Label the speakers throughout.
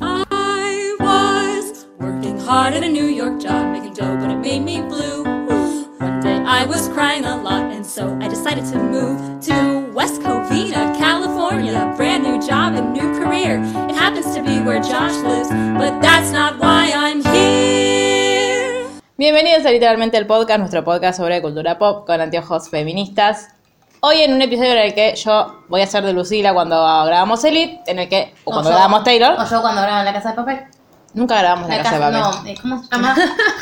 Speaker 1: I was working hard at a New York job, making dough, but it made me blue. One day I was crying a lot, and so I decided to move to West Covina, California. Brand new job and new career. It happens to be where Josh lives, but that's not why I'm here.
Speaker 2: Bienvenidos a Literalmente el Podcast, nuestro podcast sobre cultura pop con anteojos feministas. Hoy en un episodio en el que yo voy a ser de Lucila cuando grabamos Elite, en el que, o cuando
Speaker 3: yo-
Speaker 2: grabamos Taylor,
Speaker 3: O yo cuando grabo en la casa de papel.
Speaker 2: nunca grabamos la, casa de papel.
Speaker 3: No, eh, ¿cómo se llama?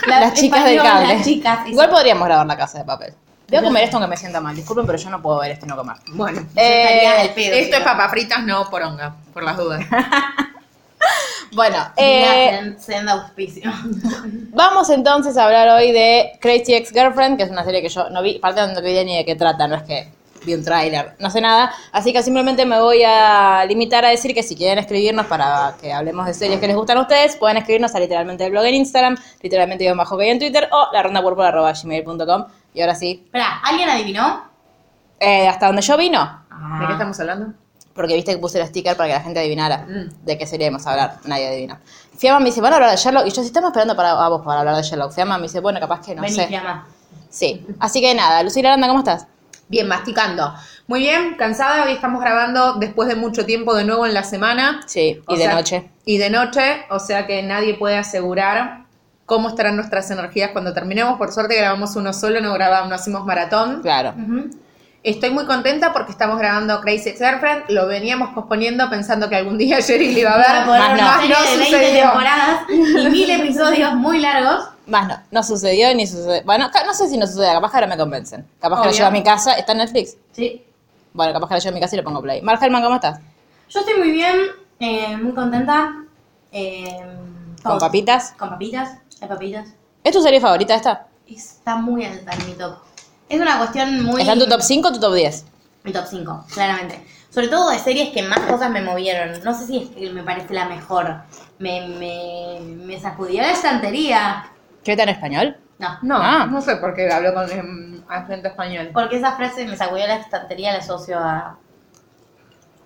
Speaker 3: La-
Speaker 2: Las chicas del
Speaker 3: española,
Speaker 2: cable.
Speaker 3: Las chicas.
Speaker 2: Igual podríamos grabar la casa de papel. Voy a comer esto aunque me sienta mal. Disculpen, pero yo no puedo ver esto y no comer.
Speaker 4: Bueno,
Speaker 2: Eh,
Speaker 3: estaría del pedo,
Speaker 4: esto es
Speaker 3: chicos.
Speaker 4: papas fritas, no poronga, por las dudas.
Speaker 2: Bueno, eh,
Speaker 3: Eh, senda auspicio.
Speaker 2: Vamos entonces a hablar hoy de Crazy Ex Girlfriend, que es una serie que yo no vi, aparte no tengo idea ni de qué trata, no es que vi un tráiler, no sé nada, así que simplemente me voy a limitar a decir que si quieren escribirnos para que hablemos de series que les gustan a ustedes, pueden escribirnos a literalmente el blog en Instagram, literalmente guión bajo que hay en Twitter o la ronda gmail.com. Y ahora sí,
Speaker 3: Espera, ¿alguien adivinó?
Speaker 2: eh, hasta donde yo vino,
Speaker 4: ¿De qué estamos hablando?
Speaker 2: porque viste que puse el sticker para que la gente adivinara
Speaker 4: Mm.
Speaker 2: de qué serie íbamos a hablar, nadie adivina. Fiamma me dice, ¿van a hablar de Sherlock? Y yo, si estamos esperando para, a vos para hablar de Sherlock, Fiamma me dice, bueno, capaz que no
Speaker 3: Vení,
Speaker 2: sé.
Speaker 3: llama.
Speaker 2: Sí, así que nada, Lucila Aranda, ¿cómo estás?
Speaker 4: Bien, masticando. Muy bien, cansada, hoy estamos grabando después de mucho tiempo de nuevo en la semana.
Speaker 2: Sí,
Speaker 4: O
Speaker 2: y de
Speaker 4: sea-
Speaker 2: noche.
Speaker 4: Y de noche, o sea que nadie puede asegurar cómo estarán nuestras energías cuando terminemos. Por suerte grabamos uno solo, no grabamos, no hacemos maratón.
Speaker 2: Claro.
Speaker 4: Estoy muy contenta porque estamos grabando Crazy Ex Girlfriend. Lo veníamos posponiendo pensando que algún día Jerry le iba a ver.
Speaker 3: Vamos a poner
Speaker 4: Más no,
Speaker 3: una serie de
Speaker 4: no
Speaker 3: 20
Speaker 4: sucedió.
Speaker 3: temporadas y mil episodios muy largos.
Speaker 2: Más no, no sucedió ni sucedió. Bueno, ca- no sé si no sucede, capaz que ahora me convencen. Capaz que lo
Speaker 4: Obvio.
Speaker 2: llevo a mi casa, está en Netflix.
Speaker 3: Sí.
Speaker 2: Bueno, capaz que lo llevo a mi casa y lo pongo play. Mar Helman, ¿cómo estás?
Speaker 3: Yo estoy muy bien, eh, muy contenta. eh,
Speaker 2: ¿Con papitas?
Speaker 3: Con papitas. Hay papitas.
Speaker 2: ¿Es tu serie favorita esta?
Speaker 3: Está muy alta en mi top. Es una cuestión muy...
Speaker 2: ¿Está en tu top 5 o tu top 10?
Speaker 3: Mi top 5, claramente. Sobre todo de series que más cosas me movieron. No sé si es que me parece la mejor. Me, me, me sacudió la estantería.
Speaker 2: ¿Qué está en español?
Speaker 3: No.
Speaker 4: No,
Speaker 2: Ah.
Speaker 4: no sé por qué habló con em, acento español.
Speaker 3: Porque esa frase me sacudió la estantería la asocio a.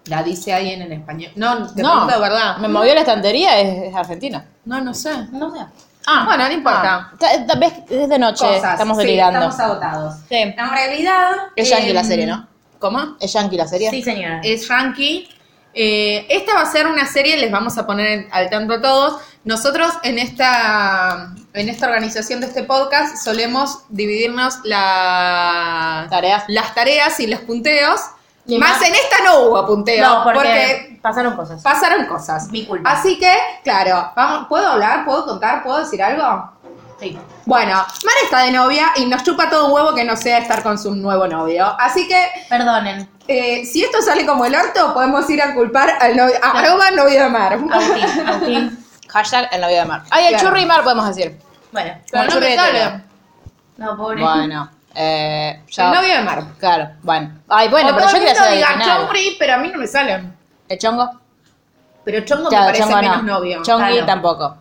Speaker 4: La dice alguien en español. No, te
Speaker 2: no,
Speaker 4: pregunto de verdad.
Speaker 2: Me movió la estantería, es, es argentina.
Speaker 4: No, no sé.
Speaker 3: No sé.
Speaker 2: Ah,
Speaker 4: bueno, no importa.
Speaker 2: Ta- ta- ¿Ves? Es de noche,
Speaker 4: Cosas.
Speaker 2: estamos
Speaker 4: Sí,
Speaker 2: delirando.
Speaker 4: estamos Em, agotados.
Speaker 2: Sí.
Speaker 4: En realidad.
Speaker 2: Es yankee la serie, ¿no?
Speaker 4: ¿Cómo?
Speaker 2: ¿Es yankee la serie?
Speaker 3: Sí, señora.
Speaker 4: Es Yankee. Eh, esta va a ser una serie, les vamos a poner al tanto a todos. Nosotros en esta, en esta organización de este podcast solemos dividirnos la-
Speaker 2: Tareas.
Speaker 4: las tareas y los punteos.
Speaker 3: Y
Speaker 4: más,
Speaker 3: más-
Speaker 4: en esta no hubo punteo.
Speaker 3: no, porque,
Speaker 4: ah, porque
Speaker 3: pasaron cosas.
Speaker 4: pasaron cosas.
Speaker 3: Mi culpa.
Speaker 4: Así que, claro, vamos, ¿puedo hablar? ¿Puedo contar? ¿Puedo decir algo?
Speaker 3: Sí.
Speaker 4: Bueno, Mar está de novia y nos chupa todo un huevo que no sea estar con su nuevo novio. Así que,
Speaker 3: Perdonen.
Speaker 4: eh, si esto sale como el orto, podemos ir a culpar al novio, a arroba novio de Mar.
Speaker 3: Agustín, Agustín.
Speaker 2: Hashtag en la vida de Mar. Ay, el
Speaker 4: Claro.
Speaker 2: churri y Mar podemos decir.
Speaker 3: Bueno.
Speaker 4: Pero no me
Speaker 2: Churri de
Speaker 4: sale.
Speaker 2: Taylor.
Speaker 3: No, pobre.
Speaker 2: Bueno, eh, ya.
Speaker 4: El novio de Mar.
Speaker 2: Claro, bueno. Ay, bueno,
Speaker 4: O
Speaker 2: pero
Speaker 4: todo
Speaker 2: yo
Speaker 4: el
Speaker 2: quería
Speaker 4: mundo
Speaker 2: ser
Speaker 4: diga
Speaker 2: original.
Speaker 4: chongri, pero a mí no me salen.
Speaker 2: ¿El chongo?
Speaker 4: Pero chongo
Speaker 2: Claro,
Speaker 4: me parece
Speaker 2: chongo
Speaker 4: menos
Speaker 2: no.
Speaker 4: novio.
Speaker 2: Chongui
Speaker 3: Claro.
Speaker 2: tampoco.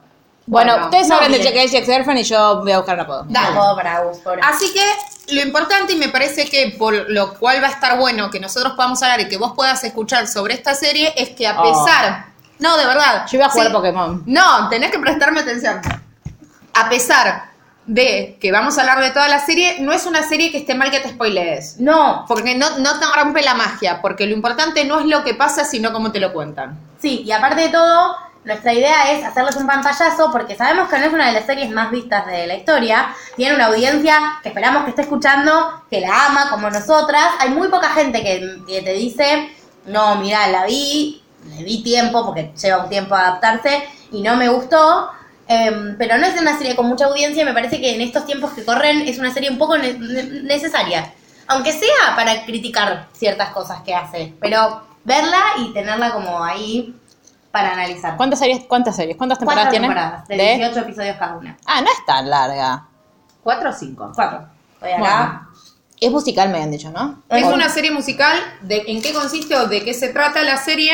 Speaker 2: Bueno,
Speaker 4: Bueno,
Speaker 2: ustedes hablan de
Speaker 3: bien.
Speaker 2: Check Ex Girlfriend y yo voy a buscar un apodo.
Speaker 3: No, puedo para Agus, pobre.
Speaker 4: Así que lo importante y me parece que por lo cual va a estar bueno que nosotros podamos hablar y que vos puedas escuchar sobre esta serie es que a
Speaker 2: Oh.
Speaker 4: pesar, no, de verdad.
Speaker 2: Yo iba a jugar
Speaker 4: Sí.
Speaker 2: Pokémon.
Speaker 4: No, tenés que prestarme atención. A pesar de que vamos a hablar de toda la serie, no es una serie que esté mal que te spoilees.
Speaker 3: No.
Speaker 4: Porque no, no te rompe la magia, porque lo importante no es lo que pasa, sino cómo te lo cuentan.
Speaker 3: Sí, y aparte de todo, nuestra idea es hacerles un pantallazo porque sabemos que no es una de las series más vistas de la historia. Tiene una audiencia que esperamos que esté escuchando, que la ama como nosotras. Hay muy poca gente que, que te dice, no, mira, la vi, le di tiempo porque lleva un tiempo adaptarse y no me gustó. Em, pero no es una serie con mucha audiencia y me parece que en estos tiempos que corren es una serie un poco ne- ne- necesaria. Aunque sea para criticar ciertas cosas que hace, pero verla y tenerla como ahí para analizar.
Speaker 2: ¿Cuántas series, cuántas series, cuántas temporadas
Speaker 3: Cuatro
Speaker 2: tiene?
Speaker 3: temporadas, de
Speaker 2: De-
Speaker 3: 18 episodios cada una.
Speaker 2: Ah, no es tan larga.
Speaker 4: ¿Cuatro o cinco?
Speaker 3: Cuatro. Estoy acá.
Speaker 2: Es musical, me han dicho, ¿no?
Speaker 4: Es
Speaker 2: O-
Speaker 4: una serie musical. De, ¿En qué consiste o de qué se trata la serie?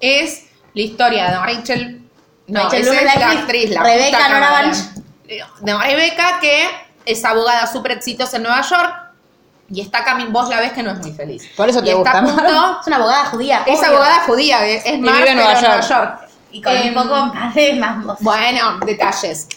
Speaker 4: Es la historia de Rachel. No,
Speaker 3: Rachel
Speaker 4: esa
Speaker 3: Luna,
Speaker 4: es la
Speaker 3: actriz.
Speaker 4: actriz, la
Speaker 3: Rebecca
Speaker 4: puta que
Speaker 3: Nora
Speaker 4: madre.
Speaker 3: Banch.
Speaker 4: De Rebeca, que es abogada súper exitosa en Nueva York. Y está camino, vos la ves que no es muy feliz.
Speaker 2: Por eso te
Speaker 4: y está
Speaker 2: gusta,
Speaker 4: a
Speaker 2: ¿no?
Speaker 4: punto-
Speaker 3: Es una abogada judía.
Speaker 4: es
Speaker 3: obvio.
Speaker 4: abogada judía, es, es Mar,
Speaker 2: vive en
Speaker 4: pero
Speaker 2: Nueva York.
Speaker 3: Y con
Speaker 4: Em,
Speaker 3: un poco más de mambo.
Speaker 4: Bueno, detalles.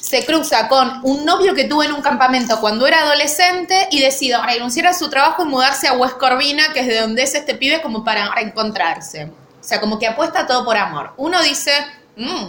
Speaker 4: Se cruza con un novio que tuvo en un campamento cuando era adolescente y decide renunciar a su trabajo y mudarse a West Corvina, que es de donde es este pibe, como para reencontrarse. O sea, como que apuesta todo por amor. Uno dice, mmm,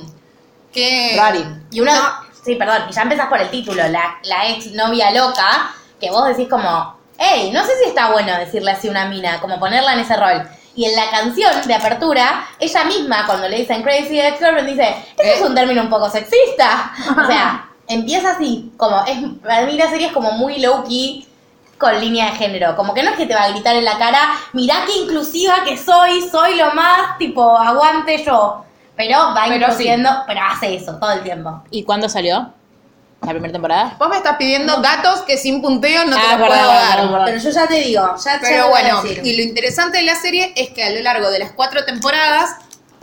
Speaker 4: que...
Speaker 2: Rari.
Speaker 3: Y una. Sí, perdón, y ya empezás por el título, la, la ex novia loca, que vos decís como, hey, no sé si está bueno decirle así a una mina, como ponerla en ese rol. Y en la canción de apertura, ella misma, cuando le dicen Crazy Ex Girlfriend, dice, este
Speaker 4: Eh.
Speaker 3: es un término un poco sexista. O sea, empieza así, como, es, para mí la serie es como muy low key con línea de género. Como que no es que te va a gritar en la cara, mirá qué inclusiva que soy, soy lo más, tipo, aguante yo. Pero va
Speaker 4: Pero sí.
Speaker 3: incluyendo, pero hace eso todo el tiempo.
Speaker 2: ¿Y cuándo salió? ¿La primera temporada?
Speaker 4: Vos me estás pidiendo datos que sin punteo no te
Speaker 2: Ah,
Speaker 4: los
Speaker 2: verdad,
Speaker 4: puedo
Speaker 2: verdad,
Speaker 4: dar.
Speaker 2: verdad.
Speaker 3: Pero yo ya te digo, ya ya te
Speaker 4: Pero
Speaker 3: voy a
Speaker 4: bueno,
Speaker 3: decir.
Speaker 4: y lo interesante de la serie es que a lo largo de las cuatro temporadas,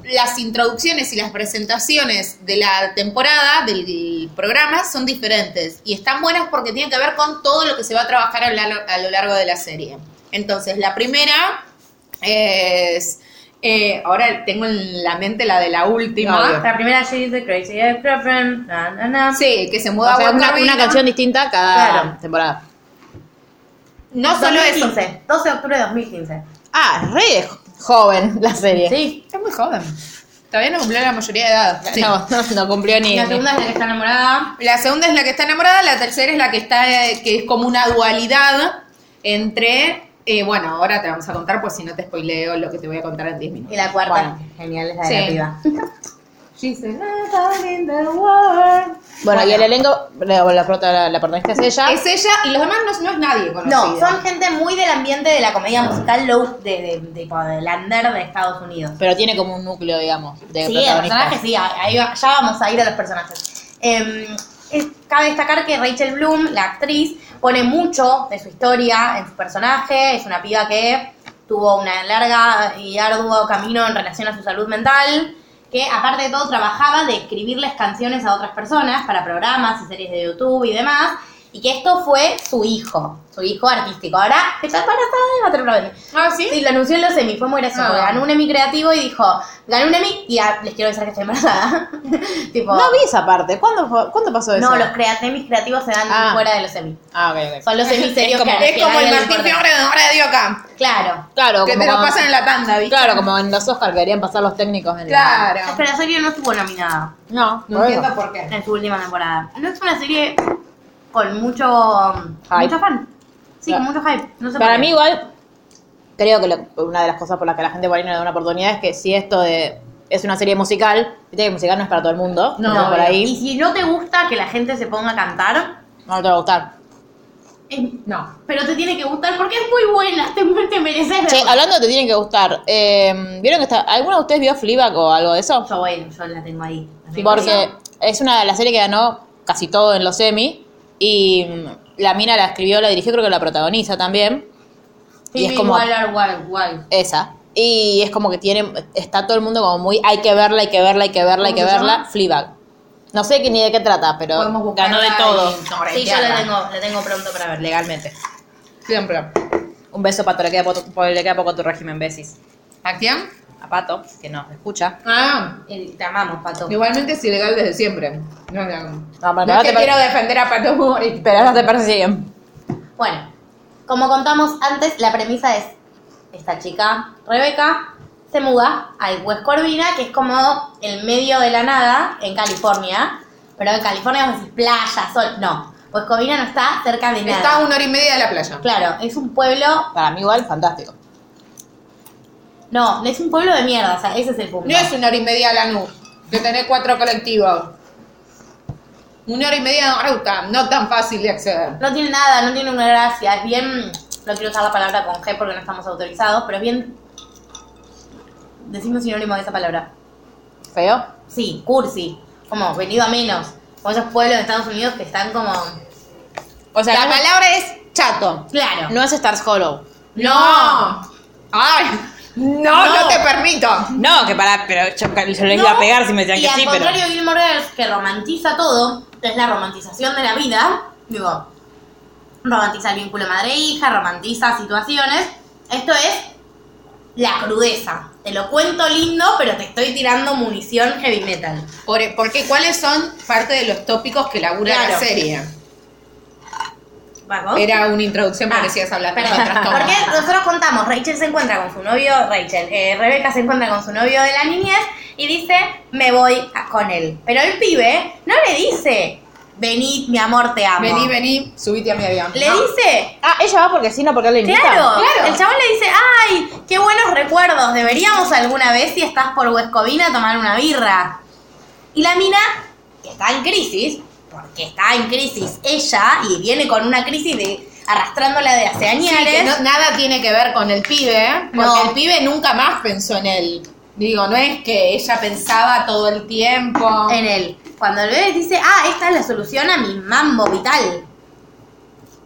Speaker 4: las introducciones y las presentaciones de la temporada, del programa, son diferentes. Y están buenas porque tienen que ver con todo lo que se va a trabajar a lo, a lo largo de la serie. Entonces, la primera es... eh, ahora tengo en la mente la de la última.
Speaker 3: Ah, La primera she is the crazy girlfriend, na, na, na.
Speaker 4: Sí, que se
Speaker 2: O
Speaker 4: muda
Speaker 2: sea,
Speaker 4: a Boca
Speaker 2: una, una
Speaker 4: Rica.
Speaker 2: canción distinta cada
Speaker 3: Claro.
Speaker 2: temporada.
Speaker 4: No solo eso.
Speaker 3: 2015, 12 de octubre de 2015.
Speaker 2: Ah, es re joven la serie.
Speaker 3: Sí.
Speaker 4: Es muy joven. Todavía no cumplió la mayoría de edad.
Speaker 2: No, no, no cumplió ni.
Speaker 3: La
Speaker 2: ni-
Speaker 3: segunda es la que está enamorada.
Speaker 4: La segunda es la que está enamorada, la tercera es la que está, eh, que es como una dualidad entre, eh, bueno, ahora te vamos a contar, pues si no te spoileo lo que te voy a contar en 10
Speaker 3: Y
Speaker 4: minutos.
Speaker 3: la cuarta,
Speaker 2: Bueno.
Speaker 3: genial, es la de
Speaker 4: Sí.
Speaker 3: la piba.
Speaker 2: Bueno, y el elenco, la, la, prota- la- la protagonista es ella.
Speaker 4: Es ella y los demás no, no es nadie conocido.
Speaker 3: No, son gente muy del ambiente de la comedia musical low, de, de, de, tipo, del under de Estados Unidos.
Speaker 2: Pero tiene como un núcleo, digamos, de
Speaker 3: Sí, el
Speaker 2: protagonistas.
Speaker 3: personaje sí, ahí va- ya vamos a ir a los personajes. Eh, es- cabe destacar que Rachel Bloom, la actriz, pone mucho de su historia en su personaje, es una piba que tuvo una larga y arduo camino en relación a su salud mental, que aparte de todo trabajaba de escribirles canciones a otras personas para programas y series de YouTube y demás, y que esto fue su hijo, su hijo artístico. Ahora está embarazada y va a tener un bebé.
Speaker 4: Ah, sí.
Speaker 3: Sí, lo anunció en los Emmy, fue muy gracioso.
Speaker 4: Ah.
Speaker 3: porque Ganó un Emmy creativo y dijo, gané un Emmy y ah, les quiero avisar que estoy embarazada. tipo,
Speaker 2: No vi esa parte. ¿Cuándo, fue- ¿cuándo pasó eso?
Speaker 3: no, los crea- Emmys creativos se dan
Speaker 2: Ah.
Speaker 3: fuera de los Emmy.
Speaker 2: Ah, ok, ok.
Speaker 3: Son los Emmy serios
Speaker 2: como-
Speaker 3: que,
Speaker 4: Es
Speaker 3: que
Speaker 4: como
Speaker 3: nadie
Speaker 4: el
Speaker 3: le
Speaker 4: Martín
Speaker 3: importa.
Speaker 4: Fierro de Hora de Oca,
Speaker 3: Claro.
Speaker 2: Claro,
Speaker 4: que
Speaker 2: como
Speaker 4: te lo
Speaker 2: cuando-
Speaker 4: pasan en la tanda, ¿viste?
Speaker 2: Claro, como en los Oscars que querían pasar los técnicos en la...
Speaker 4: Claro.
Speaker 3: Es que la serie no estuvo nominada
Speaker 2: No,
Speaker 4: No
Speaker 2: por eso.
Speaker 4: entiendo por qué.
Speaker 3: en su última temporada. No es una serie con mucho, con
Speaker 2: Hype.
Speaker 3: mucho fan. Sí,
Speaker 2: Claro.
Speaker 3: con mucho hype. No sé por
Speaker 2: Para
Speaker 3: qué.
Speaker 2: mí igual, creo que lo- una de las cosas por las que la gente por ahí no le da una oportunidad es que si esto de... Es una serie musical, viste que musical no es para todo el mundo.
Speaker 3: No,
Speaker 2: No, por
Speaker 3: Y
Speaker 2: ahí
Speaker 3: si no te gusta que la gente se ponga a cantar,
Speaker 2: no te va a gustar.
Speaker 3: es-
Speaker 4: No.
Speaker 3: pero te tiene que gustar porque es muy buena, te, te mereces verla.
Speaker 2: Che, hablando de te tienen que gustar, eh, ¿vieron que está, alguno de ustedes vio Fleabag o algo de eso?
Speaker 3: Yo, bueno, yo la tengo ahí. La tengo ahí.
Speaker 2: Porque es una de las series que ganó casi todo en los Emmy y mm, la mina la escribió, la dirigió, creo que la protagoniza también, y es
Speaker 3: Phoebe
Speaker 2: como-
Speaker 3: Waller, Waller, Waller.
Speaker 2: esa. Y es como que tiene, está todo el mundo como muy, hay que verla, hay que verla, hay que verla, hay que
Speaker 3: ¿Cómo se
Speaker 2: verla,
Speaker 3: llama?
Speaker 2: Fleabag. No sé que- ni de qué trata, pero
Speaker 4: Podemos buscarla
Speaker 2: ganó de
Speaker 4: y
Speaker 2: todo.
Speaker 3: Sí, yo la
Speaker 4: torrentearla.
Speaker 3: tengo, la tengo pronto para ver.
Speaker 2: Legalmente.
Speaker 4: Siempre.
Speaker 2: Un beso, Pato, le queda, poco, le queda poco a tu régimen, besis.
Speaker 4: ¿A quién?
Speaker 2: A Pato, que nos escucha.
Speaker 4: Ah,
Speaker 3: Eh, Te amamos, Pato.
Speaker 4: igualmente es ilegal desde siempre. No, no.
Speaker 2: No, pero
Speaker 4: No
Speaker 2: no
Speaker 4: es que
Speaker 2: te pare-
Speaker 4: quiero defender a Pato Mori.
Speaker 2: Pero no te persiguen.
Speaker 3: Bueno, como contamos antes, la premisa es esta chica, Rebeca, se muda a West Corvina, que es como el medio de la nada en California. Pero en California vos decís playa, sol. No, West Corvina no está cerca de nada.
Speaker 4: Está a una hora y media de la playa.
Speaker 3: Claro, es un pueblo...
Speaker 2: Para mí igual, fantástico.
Speaker 3: No, es un pueblo de mierda, o sea, ese es el punto.
Speaker 4: No es una hora y media a Lanús, que tenés cuatro colectivos. Una hora y media de ruta, no tan fácil de acceder.
Speaker 3: No tiene nada, no tiene una gracia. Es bien. No quiero usar la palabra con G porque no estamos autorizados, pero es bien. Decime un sinónimo de esa palabra.
Speaker 2: feo.
Speaker 3: Sí, cursi. Como venido a menos. Como esos pueblos de Estados Unidos que están como.
Speaker 2: O sea,
Speaker 4: La
Speaker 2: no,
Speaker 4: palabra es chato.
Speaker 3: Claro.
Speaker 2: no es Stars Hollow.
Speaker 4: No. Ay. No, no, te permito.
Speaker 2: No, que para, pero yo, yo les
Speaker 3: No.
Speaker 2: iba a pegar si me decían
Speaker 3: Y
Speaker 2: que
Speaker 3: al
Speaker 2: sí, pero.
Speaker 3: contrario, Gilmore Girls, que romantiza todo, que es la romantización de la vida, digo, romantiza el vínculo madre-hija, romantiza situaciones. Esto es la crudeza. Te lo cuento lindo, pero te estoy tirando munición heavy metal.
Speaker 4: Por- porque cuáles son parte de los tópicos que labura la
Speaker 3: Claro.
Speaker 4: serie.
Speaker 3: ¿Vas vos?
Speaker 4: Era una introducción para que sigas hablando.
Speaker 3: Perdón.
Speaker 4: nosotras como-
Speaker 3: Porque nosotros contamos, Rachel se encuentra con su novio, Rachel, eh, Rebeca se encuentra con su novio de la niñez y dice, me voy a- con él. Pero el pibe no le dice, vení, mi amor, te amo.
Speaker 4: Vení, vení, subite a mi avión.
Speaker 3: Le
Speaker 4: No.
Speaker 3: dice,
Speaker 2: Ah, ella va porque sí, no porque lo invitan.
Speaker 3: Claro, el chabón le dice, ay, qué buenos recuerdos, deberíamos alguna vez si estás por Huescovina tomar una birra. Y la mina, que está en crisis, porque está en crisis ella y viene con una crisis de arrastrándola de hace
Speaker 4: Sí, que
Speaker 3: añales.
Speaker 4: no- nada tiene que ver con el pibe, ¿eh? porque
Speaker 3: No.
Speaker 4: el pibe nunca más pensó en él. Digo, no es que ella pensaba todo el tiempo.
Speaker 3: en él. Cuando el bebé dice, ah, esta es la solución a mi mambo vital.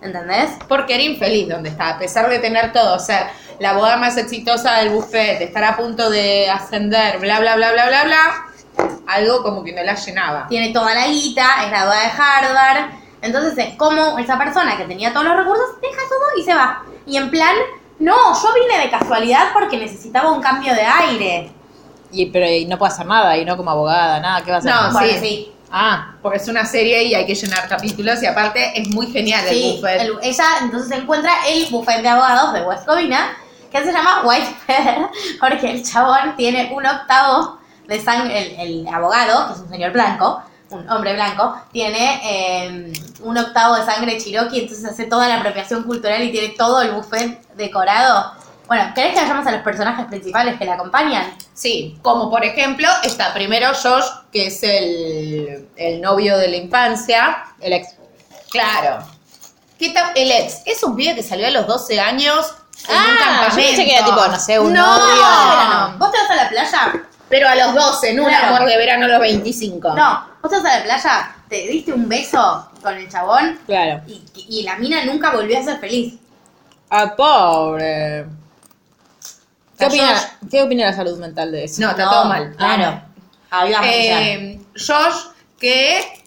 Speaker 3: ¿Entendés?
Speaker 4: Porque era infeliz donde estaba, a pesar de tener todo, o sea, la boda más exitosa del buffet, de estar a punto de ascender, bla, bla, bla, bla, bla, bla, algo como que no la llenaba.
Speaker 3: Tiene toda la guita, es graduada de Harvard. Entonces es como esa persona que tenía todos los recursos, deja todo y se va. Y en plan, no, yo vine de casualidad porque necesitaba un cambio de aire.
Speaker 2: Y, pero y no puede hacer nada, y no como abogada, nada, ¿qué va a hacer?
Speaker 4: No,
Speaker 3: Bueno,
Speaker 4: sí.
Speaker 3: sí.
Speaker 4: Ah, porque es una serie y hay que llenar capítulos y aparte es muy genial el
Speaker 3: Sí,
Speaker 4: buffet.
Speaker 3: el- ella entonces encuentra el bufete de abogados de West Covina, que se llama White Feather, porque el chabón tiene un octavo de sangre, el, el abogado, que es un señor blanco, un hombre blanco, tiene eh, un octavo de sangre cherokee, entonces hace toda la apropiación cultural y tiene todo el buffet decorado. Bueno, ¿querés que vayamos a los personajes principales que la acompañan?
Speaker 4: Sí, como por ejemplo, está primero Josh, que es el, el novio de la infancia. El ex. Claro. ¿Qué tal? El ex. Es un pibe que salió a los 12 años en un
Speaker 2: Ah,
Speaker 4: campamento.
Speaker 2: yo pensé que era tipo, no sé, un
Speaker 4: No.
Speaker 2: novio.
Speaker 3: ¿Vos te vas a la playa?
Speaker 4: Pero a los 12, en un
Speaker 3: Claro.
Speaker 4: amor de verano a los 25.
Speaker 3: No, vos te vas a la playa, te diste un beso con el chabón
Speaker 2: Claro.
Speaker 3: y, y la mina nunca volvió a ser feliz.
Speaker 2: Ah, pobre. ¿Qué
Speaker 4: Cayó.
Speaker 2: opina, ¿Qué opina la salud mental de eso?
Speaker 4: No, está todo mal.
Speaker 3: Claro. Habíamos eh,
Speaker 4: Eh, Josh, que.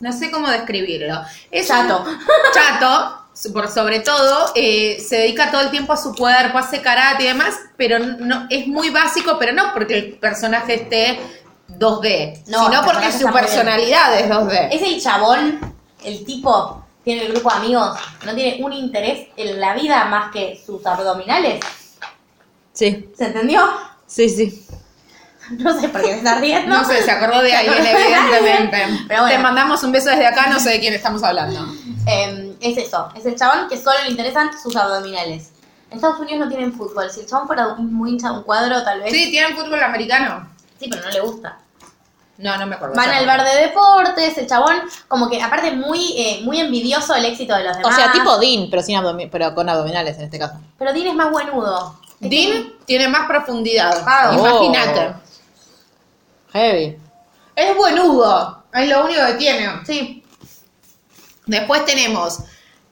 Speaker 4: No sé cómo describirlo. Es
Speaker 3: Chato.
Speaker 4: un- chato, so- por sobre todo, eh, se dedica todo el tiempo a su cuerpo, hace karate y demás, pero no, es muy básico, pero no porque el personaje esté 2D,
Speaker 3: No,
Speaker 4: sino
Speaker 3: el
Speaker 4: porque
Speaker 3: personaje está
Speaker 4: su
Speaker 3: muy bien.
Speaker 4: personalidad es 2D.
Speaker 3: Es el chabón, el tipo, tiene el grupo de amigos, no tiene un interés en la vida más que sus abdominales.
Speaker 2: Sí,
Speaker 3: ¿Se entendió?
Speaker 2: sí, sí.
Speaker 3: No sé por qué te estás riendo.
Speaker 4: No sé, se acordó de alguien,
Speaker 3: acordó de alguien.
Speaker 4: evidentemente.
Speaker 3: Pero bueno.
Speaker 4: Te mandamos un beso desde acá, no sé de quién estamos hablando.
Speaker 3: Eh, es eso, es el chabón que solo le interesan sus abdominales. En Estados Unidos no tienen fútbol. Si el chabón fuera un- muy hincha de un cuadro, tal vez.
Speaker 4: Sí, ¿tienen fútbol americano?
Speaker 3: Sí, pero no le gusta.
Speaker 4: No, no me acuerdo.
Speaker 3: Van al bar de deportes, el chabón, como que aparte muy, eh, muy envidioso el éxito de los
Speaker 2: O
Speaker 3: demás.
Speaker 4: Ah.
Speaker 2: sea, tipo Dean, pero, sin abdomi- pero con abdominales en este caso.
Speaker 3: Pero Dean es más buenudo.
Speaker 4: Dean tiene más profundidad.
Speaker 3: Ah,
Speaker 4: Imagínate.
Speaker 2: Oh. Heavy.
Speaker 4: Es buenudo. Es lo único que tiene.
Speaker 3: Sí.
Speaker 4: Después tenemos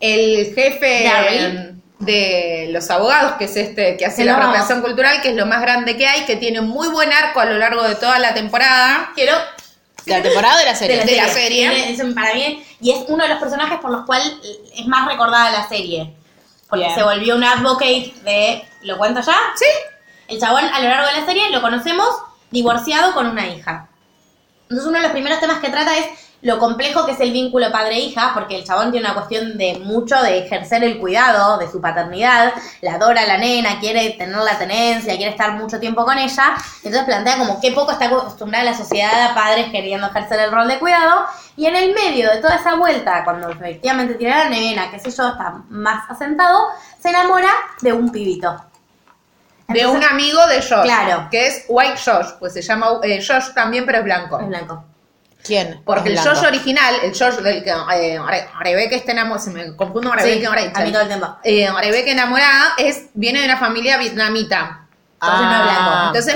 Speaker 4: el jefe
Speaker 3: Darryl.
Speaker 4: de los abogados, que es este que hace
Speaker 3: Que
Speaker 4: la
Speaker 3: no.
Speaker 4: apropiación cultural, que es lo más grande que hay, que tiene muy buen arco a lo largo de toda la temporada.
Speaker 3: Quiero
Speaker 2: ¿De la temporada o de la
Speaker 3: de
Speaker 2: serie?
Speaker 3: la,
Speaker 4: De la
Speaker 3: serie.
Speaker 4: serie.
Speaker 3: Es- es- para mí, y es uno de los personajes por los cuales es más recordada la serie. Porque
Speaker 2: Bien.
Speaker 3: se volvió un advocate de. ¿Lo cuento ya?
Speaker 4: Sí.
Speaker 3: El chabón a lo largo de la serie lo conocemos divorciado con una hija. Entonces uno de los primeros temas que trata es lo complejo que es el vínculo padre-hija, porque el chabón tiene una cuestión de mucho de ejercer el cuidado de su paternidad, la adora a la nena, quiere tener la tenencia, quiere estar mucho tiempo con ella, entonces plantea como qué poco está acostumbrada la sociedad a padres queriendo ejercer el rol de cuidado, y en el medio de toda esa vuelta, cuando efectivamente tiene a la nena, qué sé yo, está más asentado, se enamora de un pibito.
Speaker 4: De
Speaker 3: Entonces-
Speaker 4: un amigo de Josh.
Speaker 3: Claro.
Speaker 4: Que es White Josh. Pues se llama eh, Josh también, pero es blanco.
Speaker 3: Es blanco.
Speaker 2: ¿Quién?
Speaker 4: Porque el
Speaker 2: Blanco.
Speaker 4: Josh original, el Josh del que eh, Re- Rebeca está enamorada, se me confundo con Rebeca
Speaker 3: Sí,
Speaker 4: y Rachel.
Speaker 3: a mí todo el tiempo.
Speaker 4: Eh, Rebeca enamorada es, viene de una familia vietnamita.
Speaker 3: Entonces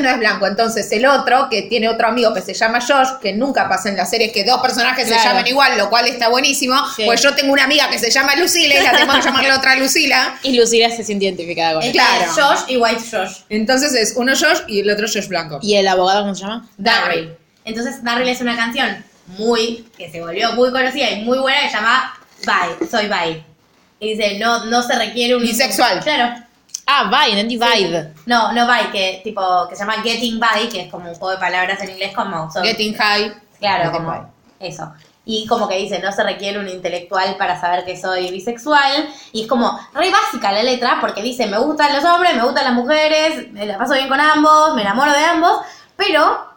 Speaker 3: no es blanco.
Speaker 4: Entonces no es blanco. Entonces el otro, que tiene otro amigo que se llama Josh, que nunca pasa en las series que dos personajes se
Speaker 2: Claro.
Speaker 4: llamen igual, lo cual está buenísimo.
Speaker 2: Sí.
Speaker 4: Pues yo tengo una amiga que se llama Lucila y la tengo que llamar la otra Lucila.
Speaker 2: Y Lucila se siente identificada con
Speaker 3: Es
Speaker 2: él.
Speaker 4: Claro.
Speaker 3: que es Josh y White Josh.
Speaker 4: Entonces es uno Josh y el otro Josh blanco.
Speaker 2: ¿Y el abogado cómo se llama?
Speaker 3: Darryl. Entonces Darryl es una canción muy, que se volvió muy conocida y muy buena que se llama Bye, soy bye. Y dice, no, no se requiere un...
Speaker 4: Bisexual.
Speaker 3: Claro.
Speaker 2: Ah, Vine, Andy Vide.
Speaker 3: No, no bye, que tipo, que se llama Getting By, que es como un juego de palabras en inglés como... soy-
Speaker 4: Getting High.
Speaker 3: Claro,
Speaker 4: Getting
Speaker 3: como
Speaker 4: By.
Speaker 3: eso. Y como que dice, no se requiere un intelectual para saber que soy bisexual. Y es como re básica la letra porque dice, me gustan los hombres, me gustan las mujeres, me la paso bien con ambos, me enamoro de ambos. Pero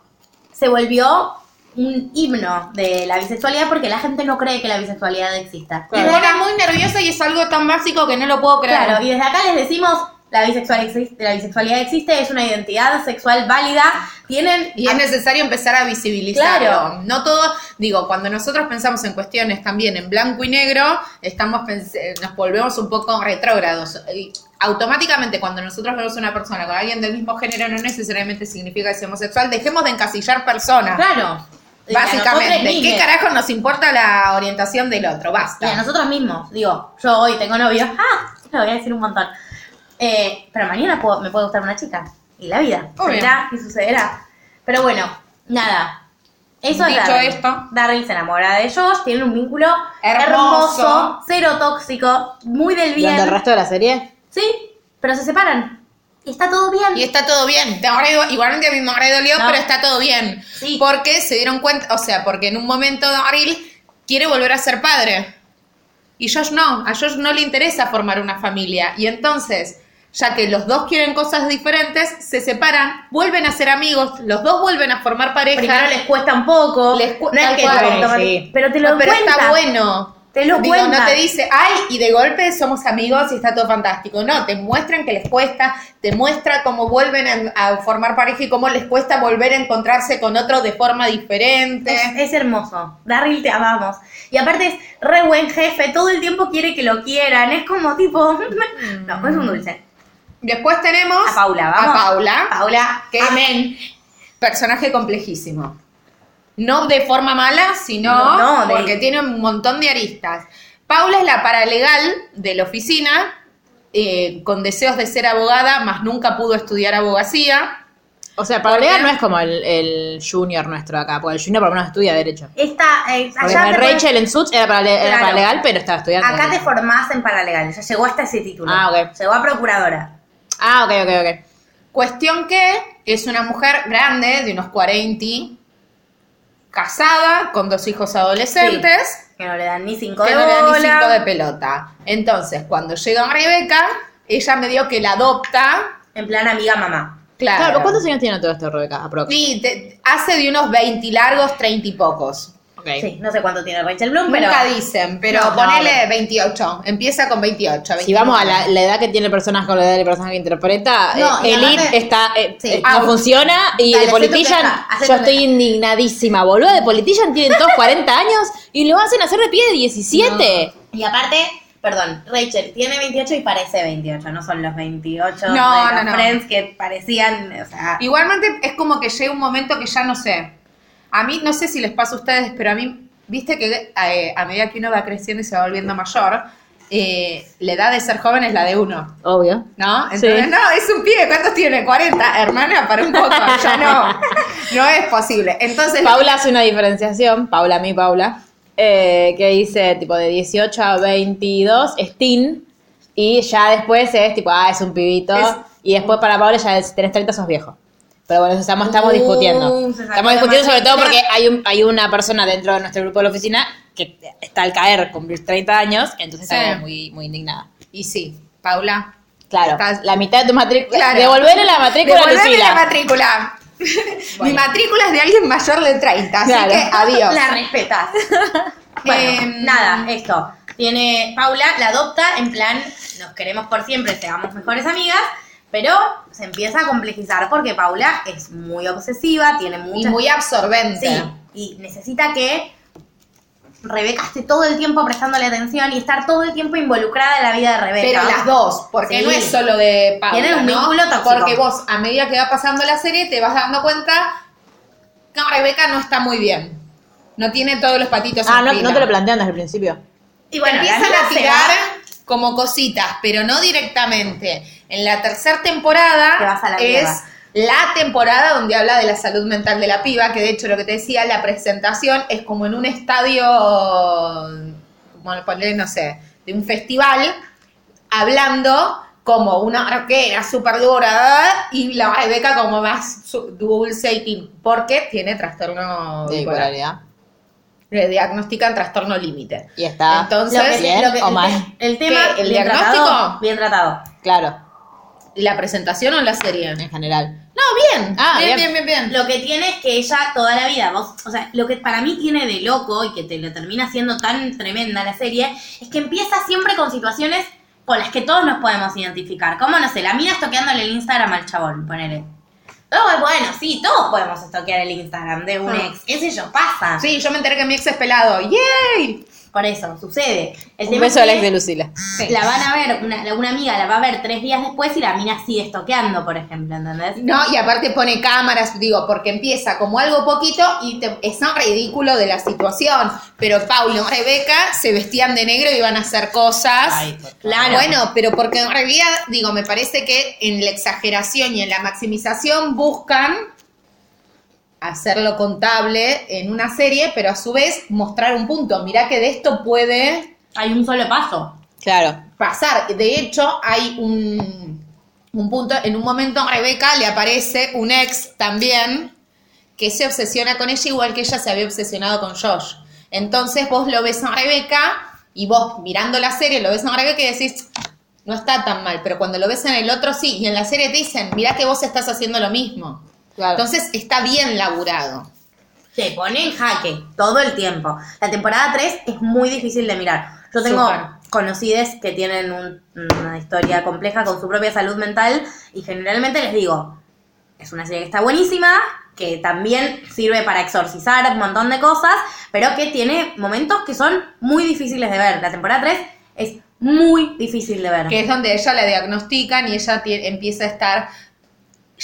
Speaker 3: se volvió un himno de la bisexualidad porque la gente no cree que la bisexualidad exista.
Speaker 4: Me pone muy nerviosa y es algo tan básico que no lo puedo creer.
Speaker 3: Claro, y desde acá les decimos, la, bisexual existe, la bisexualidad existe, es una identidad sexual válida, tienen...
Speaker 4: Y es necesario empezar a visibilizarlo.
Speaker 3: Ah. Claro.
Speaker 4: No todo, digo, cuando nosotros pensamos en cuestiones también en blanco y negro, estamos pens- eh, nos volvemos un poco retrógrados. Y automáticamente cuando nosotros vemos una persona con alguien del mismo género no necesariamente significa que sea homosexual, dejemos de encasillar personas.
Speaker 3: Claro. Y a nosotros
Speaker 4: Básicamente, ¿qué
Speaker 3: mismos.
Speaker 4: carajo nos importa la orientación del otro?
Speaker 3: Y a
Speaker 4: Basta.
Speaker 3: nosotros mismos. Digo, yo hoy tengo novio. ¡Ah! Lo voy a decir un montón. Eh, pero mañana puedo- me puede gustar una chica. Y la vida.
Speaker 4: Obvio.
Speaker 3: Será y sucederá. Pero bueno, nada. Eso es
Speaker 4: Dicho
Speaker 3: Darryl.
Speaker 4: esto.
Speaker 3: Darryl se enamora de Josh. Tienen un vínculo hermoso.
Speaker 4: Hermoso.
Speaker 3: cero tóxico. Muy del bien.
Speaker 2: ¿Durante el resto de la serie?
Speaker 3: Sí, pero se separan. Y está todo bien.
Speaker 4: Y está todo bien. Te habré do- igualmente a mí me habré dolido,
Speaker 3: No.
Speaker 4: pero está todo bien.
Speaker 3: Sí.
Speaker 4: Porque se dieron cuenta, o sea, porque en un momento Daryl quiere volver a ser padre. Y Josh no, a Josh no le interesa formar una familia. Y entonces, ya que los dos quieren cosas diferentes, se separan, vuelven a ser amigos, los dos vuelven a formar pareja.
Speaker 3: Primero les cuesta un poco.
Speaker 4: Les cu-
Speaker 3: no es
Speaker 4: tal
Speaker 3: que
Speaker 4: cual.
Speaker 3: automáticamente-
Speaker 2: Sí.
Speaker 3: Pero te lo
Speaker 4: pero
Speaker 3: cuenta.
Speaker 4: está bueno.
Speaker 3: Te lo
Speaker 4: Digo,
Speaker 3: cuenta.
Speaker 4: No te dice, ay, y de golpe somos amigos y está todo fantástico. No, te muestran que les cuesta, te muestra cómo vuelven a, a formar pareja y cómo les cuesta volver a encontrarse con otro de forma diferente.
Speaker 3: Es, es hermoso. Darryl, te amamos. Y aparte es re buen jefe, todo el tiempo quiere que lo quieran. Es como tipo. No, es un dulce.
Speaker 4: Después tenemos
Speaker 3: A Paula, vamos.
Speaker 4: A Paula.
Speaker 3: Paula,
Speaker 4: que amén. Personaje complejísimo. No de forma mala, sino
Speaker 3: No, no, de-
Speaker 4: porque tiene un montón de aristas. Paula es la paralegal de la oficina, eh, con deseos de ser abogada, más nunca pudo estudiar abogacía.
Speaker 2: O sea, para Lea
Speaker 4: Porque-
Speaker 2: no es como el, el junior nuestro acá, porque el junior por lo menos estudia Derecho.
Speaker 3: Esta, eh,
Speaker 2: Porque
Speaker 3: allá te
Speaker 2: Rachel
Speaker 3: pones-
Speaker 2: en Suits era para, le- era
Speaker 3: Claro.
Speaker 2: para legal, pero estaba estudiando.
Speaker 3: acá te formás en paralegal. Ya llegó hasta ese título.
Speaker 2: Ah, ok.
Speaker 3: Llegó a procuradora.
Speaker 2: Ah, ok, ok, ok.
Speaker 4: Cuestión que es una mujer grande, de unos 40, casada, con dos hijos adolescentes.
Speaker 3: Que no le dan ni cinco
Speaker 4: que
Speaker 3: de
Speaker 4: no le dan ni
Speaker 3: bola.
Speaker 4: cinco de pelota. Entonces, cuando llega Rebeca, ella medio que la adopta.
Speaker 3: En plan amiga mamá.
Speaker 4: Claro.
Speaker 2: Claro, ¿pero ¿cuántos años tiene todo esto, Rebeca? Aprox.
Speaker 4: Sí, te- hace de unos 20 largos, 30 y pocos.
Speaker 2: Ok.
Speaker 3: Sí, no sé cuánto tiene Rachel Bloom, pero.
Speaker 4: Nunca dicen, pero
Speaker 2: No, no,
Speaker 4: ponele
Speaker 2: pero-
Speaker 4: 28. Empieza con 28.
Speaker 2: Si
Speaker 4: 29.
Speaker 2: vamos a la, la edad que tiene el personaje con la edad del personaje que interpreta,
Speaker 3: No,
Speaker 2: eh,
Speaker 3: y
Speaker 2: Elite
Speaker 3: aparte-
Speaker 2: está, eh,
Speaker 3: Sí.
Speaker 2: eh,
Speaker 3: Ah,
Speaker 2: no funciona y
Speaker 3: dale,
Speaker 2: de
Speaker 3: hacete un
Speaker 2: Politician
Speaker 3: testa, hacete
Speaker 2: yo
Speaker 3: un
Speaker 2: estoy
Speaker 3: testa.
Speaker 2: indignadísima, boludo. De Politician tienen todos 40 años y lo hacen hacer de pie de 17.
Speaker 3: Y aparte, perdón, Rachel tiene 28 y parece 28. No son los 28
Speaker 4: No,
Speaker 3: de los
Speaker 4: no, no.
Speaker 3: Friends que parecían. O sea.
Speaker 4: Igualmente es como que llega un momento que ya no sé. A mí, no sé si les pasa a ustedes, pero a mí, viste que eh, a medida que uno va creciendo y se va volviendo mayor, eh, la edad de ser joven es la de uno.
Speaker 2: Obvio.
Speaker 4: ¿No? Entonces,
Speaker 2: Sí.
Speaker 4: no, es un pibe, ¿cuántos tiene? 40, hermana, para un poco, ya no, no es posible. Entonces,
Speaker 2: Paula hace una diferenciación, Paula, mi Paula, eh, que dice tipo de 18 a 22 es teen y ya después es tipo, ah, es un pibito.
Speaker 4: Es-
Speaker 2: y después para Paula ya si tenés 30 sos viejo. Pero bueno, eso estamos, estamos
Speaker 3: Uh,
Speaker 2: discutiendo.
Speaker 3: se sacó
Speaker 2: Estamos
Speaker 3: la
Speaker 2: discutiendo sobre todo
Speaker 3: mano.
Speaker 2: porque hay, un, hay una persona dentro de nuestro grupo de la oficina que está al caer, cumplir 30 años, entonces
Speaker 4: Sí.
Speaker 2: estamos muy, muy indignada.
Speaker 4: y sí, Paula,
Speaker 2: Claro,
Speaker 4: Estás-
Speaker 2: la mitad de tu matrícula.
Speaker 4: Claro.
Speaker 2: Devolverle la matrícula a
Speaker 4: devolveme
Speaker 2: Lucila.
Speaker 4: la matrícula. Mi matrícula es de alguien mayor de 30, así
Speaker 2: Claro.
Speaker 4: que adiós.
Speaker 3: La respetas. bueno,
Speaker 4: Em,
Speaker 3: nada, esto. Tiene Paula, la adopta en plan, nos queremos por siempre, seamos mejores amigas, pero se empieza a complejizar porque Paula es muy obsesiva, tiene
Speaker 4: Y
Speaker 3: muchas...
Speaker 4: muy absorbente.
Speaker 3: Sí, y necesita que Rebeca esté todo el tiempo prestándole atención y estar todo el tiempo involucrada en la vida de Rebeca.
Speaker 4: Pero las dos, porque
Speaker 3: Sí.
Speaker 4: no es solo de Paula,
Speaker 3: Tienen un
Speaker 4: ¿no?
Speaker 3: vínculo tóxico.
Speaker 4: Porque vos, a medida que va pasando la serie, te vas dando cuenta que Rebeca no está muy bien. No tiene todos los patitos
Speaker 2: Ah,
Speaker 4: en
Speaker 2: no,
Speaker 4: fila.
Speaker 2: no te lo plantean desde el principio.
Speaker 3: Y bueno, la
Speaker 4: empiezan
Speaker 3: mina
Speaker 4: a
Speaker 3: se
Speaker 4: tirar
Speaker 3: va.
Speaker 4: como cositas, pero no directamente. En la tercera temporada
Speaker 3: Te vas a la
Speaker 4: es
Speaker 3: mierda.
Speaker 4: la temporada donde habla de la salud mental de la piba, que de hecho lo que te decía, la presentación es como en un estadio, como poner, no sé, de un festival, hablando como una arquera súper dura y la Rebeca como más su- dulce y tim- porque tiene trastorno
Speaker 2: De
Speaker 4: bipolar.
Speaker 2: bipolaridad.
Speaker 4: Le diagnostican trastorno límite.
Speaker 2: Y está.
Speaker 4: Entonces,
Speaker 2: lo que- bien
Speaker 3: lo que-
Speaker 2: o
Speaker 3: el-
Speaker 2: mal.
Speaker 3: El tema,
Speaker 4: ¿Qué? ¿El
Speaker 3: bien
Speaker 4: diagnóstico?
Speaker 3: tratado, bien tratado.
Speaker 2: Claro,
Speaker 4: ¿La presentación o la serie?
Speaker 2: en general.
Speaker 4: No, bien.
Speaker 2: Ah,
Speaker 4: bien, bien,
Speaker 2: bien.
Speaker 4: bien, bien.
Speaker 3: Lo que tiene es que ella toda la vida, vos, o sea, lo que para mí tiene de loco y que te lo termina siendo tan tremenda la serie, es que empieza siempre con situaciones con las que todos nos podemos identificar. Como, no sé, la mina estoqueándole el Instagram al chabón, ponele. Oh, bueno, sí, todos podemos estoquear el Instagram de un
Speaker 4: Ah.
Speaker 3: ex, qué sé yo, pasa.
Speaker 4: Sí, yo me enteré que mi ex es pelado. ¡Yay!
Speaker 3: Por eso, sucede. El
Speaker 2: Un
Speaker 3: tema
Speaker 2: beso
Speaker 3: es
Speaker 2: al
Speaker 3: que
Speaker 2: ex de Lucila.
Speaker 3: La van a ver, una, una amiga la va a ver tres días después y la mina sigue estoqueando, por ejemplo, ¿entendés?
Speaker 4: No, y aparte pone cámaras, digo, porque empieza como algo poquito y te- es un ridículo de la situación. Pero Paulo y Rebeca se vestían de negro y iban a hacer cosas.
Speaker 3: Claro.
Speaker 4: Bueno, pero porque en realidad, digo, me parece que en la exageración y en la maximización buscan hacerlo contable en una serie, pero a su vez mostrar un punto. Mirá que de esto puede
Speaker 3: Hay un solo paso.
Speaker 2: Claro.
Speaker 4: pasar. De hecho, hay un, un punto, en un momento a Rebeca le aparece un ex también que se obsesiona con ella igual que ella se había obsesionado con Josh. Entonces vos lo ves a Rebeca y vos mirando la serie lo ves a Rebeca y decís, no está tan mal, pero cuando lo ves en el otro sí, y en la serie te dicen, mirá que vos estás haciendo lo mismo.
Speaker 2: Claro.
Speaker 4: Entonces está bien laburado.
Speaker 3: Se pone en jaque todo el tiempo. La temporada 3 es muy difícil de mirar. Yo tengo
Speaker 4: Súper.
Speaker 3: conocides que tienen un- una historia compleja con su propia salud mental y generalmente les digo, es una serie que está buenísima, que también sirve para exorcizar un montón de cosas, pero que tiene momentos que son muy difíciles de ver. La temporada 3 es muy difícil de ver.
Speaker 4: que es donde ella la diagnostican y ella tie- empieza a estar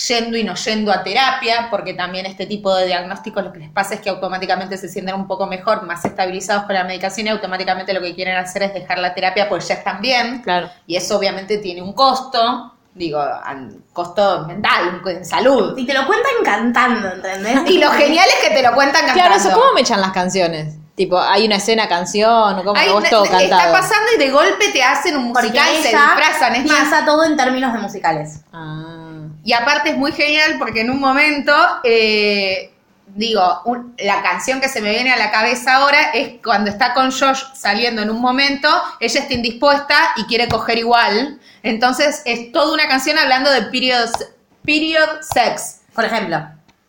Speaker 4: yendo y no yendo a terapia, porque también este tipo de diagnósticos lo que les pasa es que automáticamente se sienten un poco mejor, más estabilizados con la medicación y automáticamente lo que quieren hacer es dejar la terapia pues ya están bien.
Speaker 2: Claro.
Speaker 4: Y eso obviamente tiene un costo, digo, an- costo mental, en salud.
Speaker 3: Y te lo cuentan cantando, ¿entendés?
Speaker 4: Y lo genial es que te lo cuentan cantando.
Speaker 2: Claro, eso, ¿cómo me echan las canciones? Tipo, hay una escena, canción, o como
Speaker 4: Ahí
Speaker 2: vos
Speaker 4: na-
Speaker 2: todo
Speaker 4: está
Speaker 2: cantado.
Speaker 4: pasando y de golpe te hacen un
Speaker 3: Porque
Speaker 4: musical, se
Speaker 3: ella
Speaker 4: disfrazan, es más,
Speaker 3: piensa todo en términos de musicales.
Speaker 2: Ah.
Speaker 4: Y aparte es muy genial porque en un momento, eh, digo, un- la canción que se me viene a la cabeza ahora es cuando está con Josh saliendo en un momento, ella está indispuesta y quiere coger igual. Entonces es toda una canción hablando de period, period sex.
Speaker 3: Por ejemplo,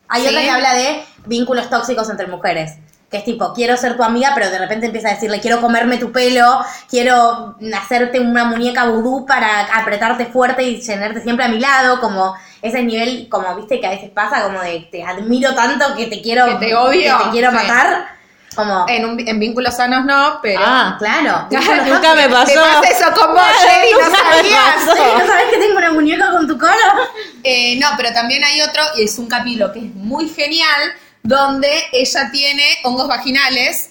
Speaker 3: hay
Speaker 4: Sí.
Speaker 3: otra que habla de vínculos tóxicos entre mujeres. Que es tipo, quiero ser tu amiga, pero de repente empieza a decirle, quiero comerme tu pelo, quiero hacerte una muñeca vudú para apretarte fuerte y tenerte siempre a mi lado, como ese nivel, como viste que a veces pasa, como de te admiro tanto que te quiero,
Speaker 4: Que te odio.
Speaker 3: que te quiero
Speaker 4: Sí.
Speaker 3: matar. Como,
Speaker 4: En, un- en vínculos sanos no, pero...
Speaker 2: Ah,
Speaker 3: claro.
Speaker 4: Claro,
Speaker 2: nunca me pasó.
Speaker 4: Te pasa eso con vos, Jenny, no
Speaker 2: Nunca me
Speaker 4: sabías.
Speaker 2: pasó.
Speaker 3: ¿No sabes que tengo una muñeca con tu colo?
Speaker 4: Eh, no, pero también hay otro, y es un capítulo que es muy genial, donde ella tiene hongos vaginales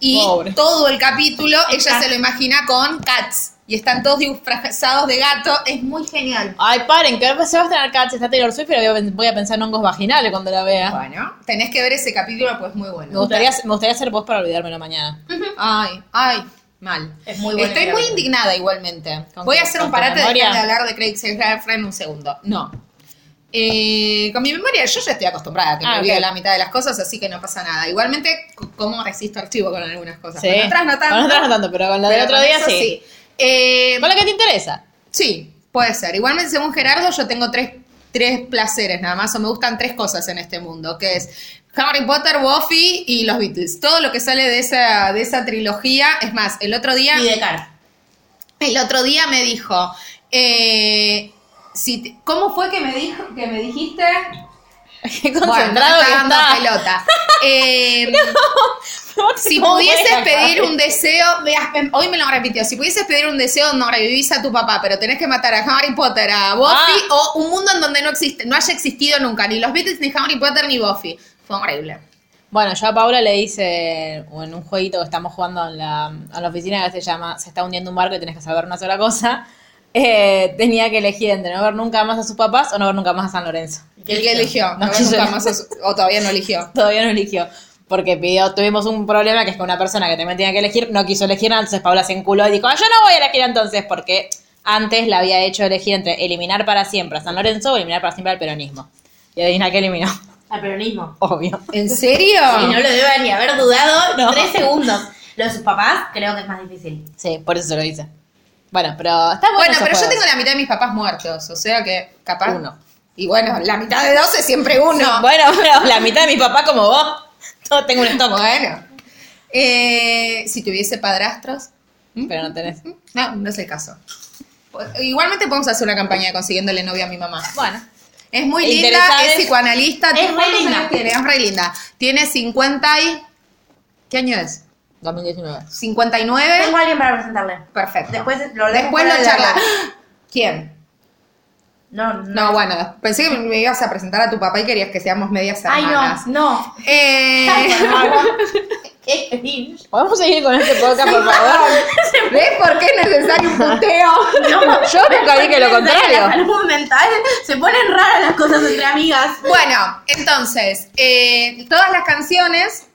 Speaker 4: y
Speaker 2: Pobre.
Speaker 4: todo el capítulo ella se lo imagina con cats. Y están todos disfrazados de gato, es muy genial.
Speaker 2: Ay, paren, que se va a estrenar Cats, está Taylor Swift, pero voy a- voy a pensar en hongos vaginales cuando la vea.
Speaker 4: Bueno, tenés que ver ese capítulo, pues muy
Speaker 2: Me
Speaker 4: bueno.
Speaker 2: gustaría, me gustaría hacer voz para olvidármelo mañana.
Speaker 4: Mm, Ay, ay, mal.
Speaker 3: Es muy bueno
Speaker 4: Estoy
Speaker 3: ese
Speaker 4: muy
Speaker 3: capítulo.
Speaker 4: indignada igualmente.
Speaker 2: ¿Con
Speaker 4: Voy a
Speaker 2: qué?
Speaker 4: hacer un
Speaker 2: ¿Con tu
Speaker 4: parate de
Speaker 2: memoria?
Speaker 4: dejar de hablar de Craig Seyfried en un segundo. No. Eh, con mi memoria yo ya estoy acostumbrada a que
Speaker 2: Ah,
Speaker 4: me
Speaker 2: ok.
Speaker 4: olvido la mitad de las cosas, así que no pasa nada. Igualmente, c- ¿cómo resisto archivo con algunas cosas?
Speaker 2: Sí.
Speaker 4: Con otras no tanto.
Speaker 2: Con otras no tanto, pero con la del
Speaker 4: pero
Speaker 2: otro
Speaker 4: con
Speaker 2: día
Speaker 4: eso
Speaker 2: sí.
Speaker 4: Eh,
Speaker 2: Con la que te interesa.
Speaker 4: Sí, puede ser. Igualmente, según Gerardo, yo tengo tres, tres placeres nada más, o me gustan tres cosas en este mundo, que es Harry Potter, Buffy y los Beatles. Todo lo que sale de esa, de esa trilogía, es más, el otro día...
Speaker 3: Y de cara.
Speaker 4: El otro día me dijo, eh, si te- ¿cómo fue que me dijo que me dijiste?
Speaker 2: Qué
Speaker 4: Bueno, no me
Speaker 2: concentrado
Speaker 4: está
Speaker 2: que
Speaker 4: dando
Speaker 2: está.
Speaker 4: pelota. eh, si
Speaker 2: ¿Cómo
Speaker 4: pudieses
Speaker 2: voy a
Speaker 4: pedir
Speaker 2: acabar?
Speaker 4: un deseo, veas, em, hoy me lo repitió, si pudieses pedir un deseo, no revivís a tu papá, pero tenés que matar a Harry Potter, a Buffy, o un mundo en donde no existe, no haya existido nunca, ni los Beatles, ni Harry Potter, ni Buffy. Fue horrible.
Speaker 2: Bueno, yo a Paula le hice en un jueguito que estamos jugando en la, en la oficina que se llama Se está hundiendo un barco y tenés que salvar una sola cosa. Eh, tenía que elegir entre no ver nunca más a sus papás o no ver nunca más a San Lorenzo.
Speaker 4: ¿Y qué eligió?
Speaker 2: No,
Speaker 4: No, nunca
Speaker 2: yo no.
Speaker 4: más a su- o todavía no eligió.
Speaker 2: Todavía no eligió. Porque pidió, tuvimos un problema que es que una persona que también tenía que elegir no quiso elegir, entonces Paula se enculó y dijo, "Ah, yo no voy a elegir entonces porque antes la había hecho elegir entre eliminar para siempre a San Lorenzo o eliminar para siempre al peronismo. Y adivina qué eliminó,
Speaker 3: Al peronismo.
Speaker 2: obvio.
Speaker 4: ¿En serio?
Speaker 3: Y no lo debe ni haber dudado
Speaker 2: No.
Speaker 3: tres segundos. Lo de sus papás creo que es más difícil.
Speaker 2: Sí, por eso se lo hice. Bueno, pero está bueno.
Speaker 4: Bueno,
Speaker 2: esos
Speaker 4: pero yo
Speaker 2: juegos.
Speaker 4: tengo la mitad de mis papás muertos, o sea que capaz.
Speaker 2: Uno.
Speaker 4: Y bueno, la mitad de dos es siempre uno.
Speaker 2: Sí, bueno, pero la mitad de mi papá como vos. Yo tengo un estómago,
Speaker 4: Bueno. Eh, si tuviese padrastros. ¿Mm?
Speaker 2: pero no tenés.
Speaker 4: No, no es el caso. Igualmente podemos hacer una campaña de consiguiéndole novia a mi mamá.
Speaker 2: Bueno.
Speaker 4: Es muy linda,
Speaker 2: Interesante.
Speaker 4: es
Speaker 3: E
Speaker 4: psicoanalista.
Speaker 3: Es
Speaker 4: ¿Tiene
Speaker 3: re
Speaker 4: cuántos
Speaker 3: linda.
Speaker 4: años Tiene? Es re linda. Tiene 50 y... ¿Qué año es?
Speaker 2: 2019.
Speaker 3: Tengo a
Speaker 4: 59.
Speaker 3: alguien para presentarle.
Speaker 4: Perfecto.
Speaker 3: Después lo dejo
Speaker 4: Después
Speaker 3: fuera
Speaker 4: lo
Speaker 3: de la-
Speaker 4: charla. ¿Quién?
Speaker 3: No, no.
Speaker 4: No, bueno, pensé que me ibas a presentar a tu papá y querías que seamos medias
Speaker 3: Ay,
Speaker 4: hermanas.
Speaker 3: no, no.
Speaker 4: Eh,
Speaker 3: Qué cringe.
Speaker 2: ¿Podemos seguir con este podcast, por favor?
Speaker 4: ¿Ves por qué es necesario un puteo?
Speaker 3: No,
Speaker 2: Yo nunca dije lo
Speaker 3: La
Speaker 2: contrario.
Speaker 3: salud mental se ponen raras las cosas entre amigas.
Speaker 4: Bueno, entonces, eh, todas las canciones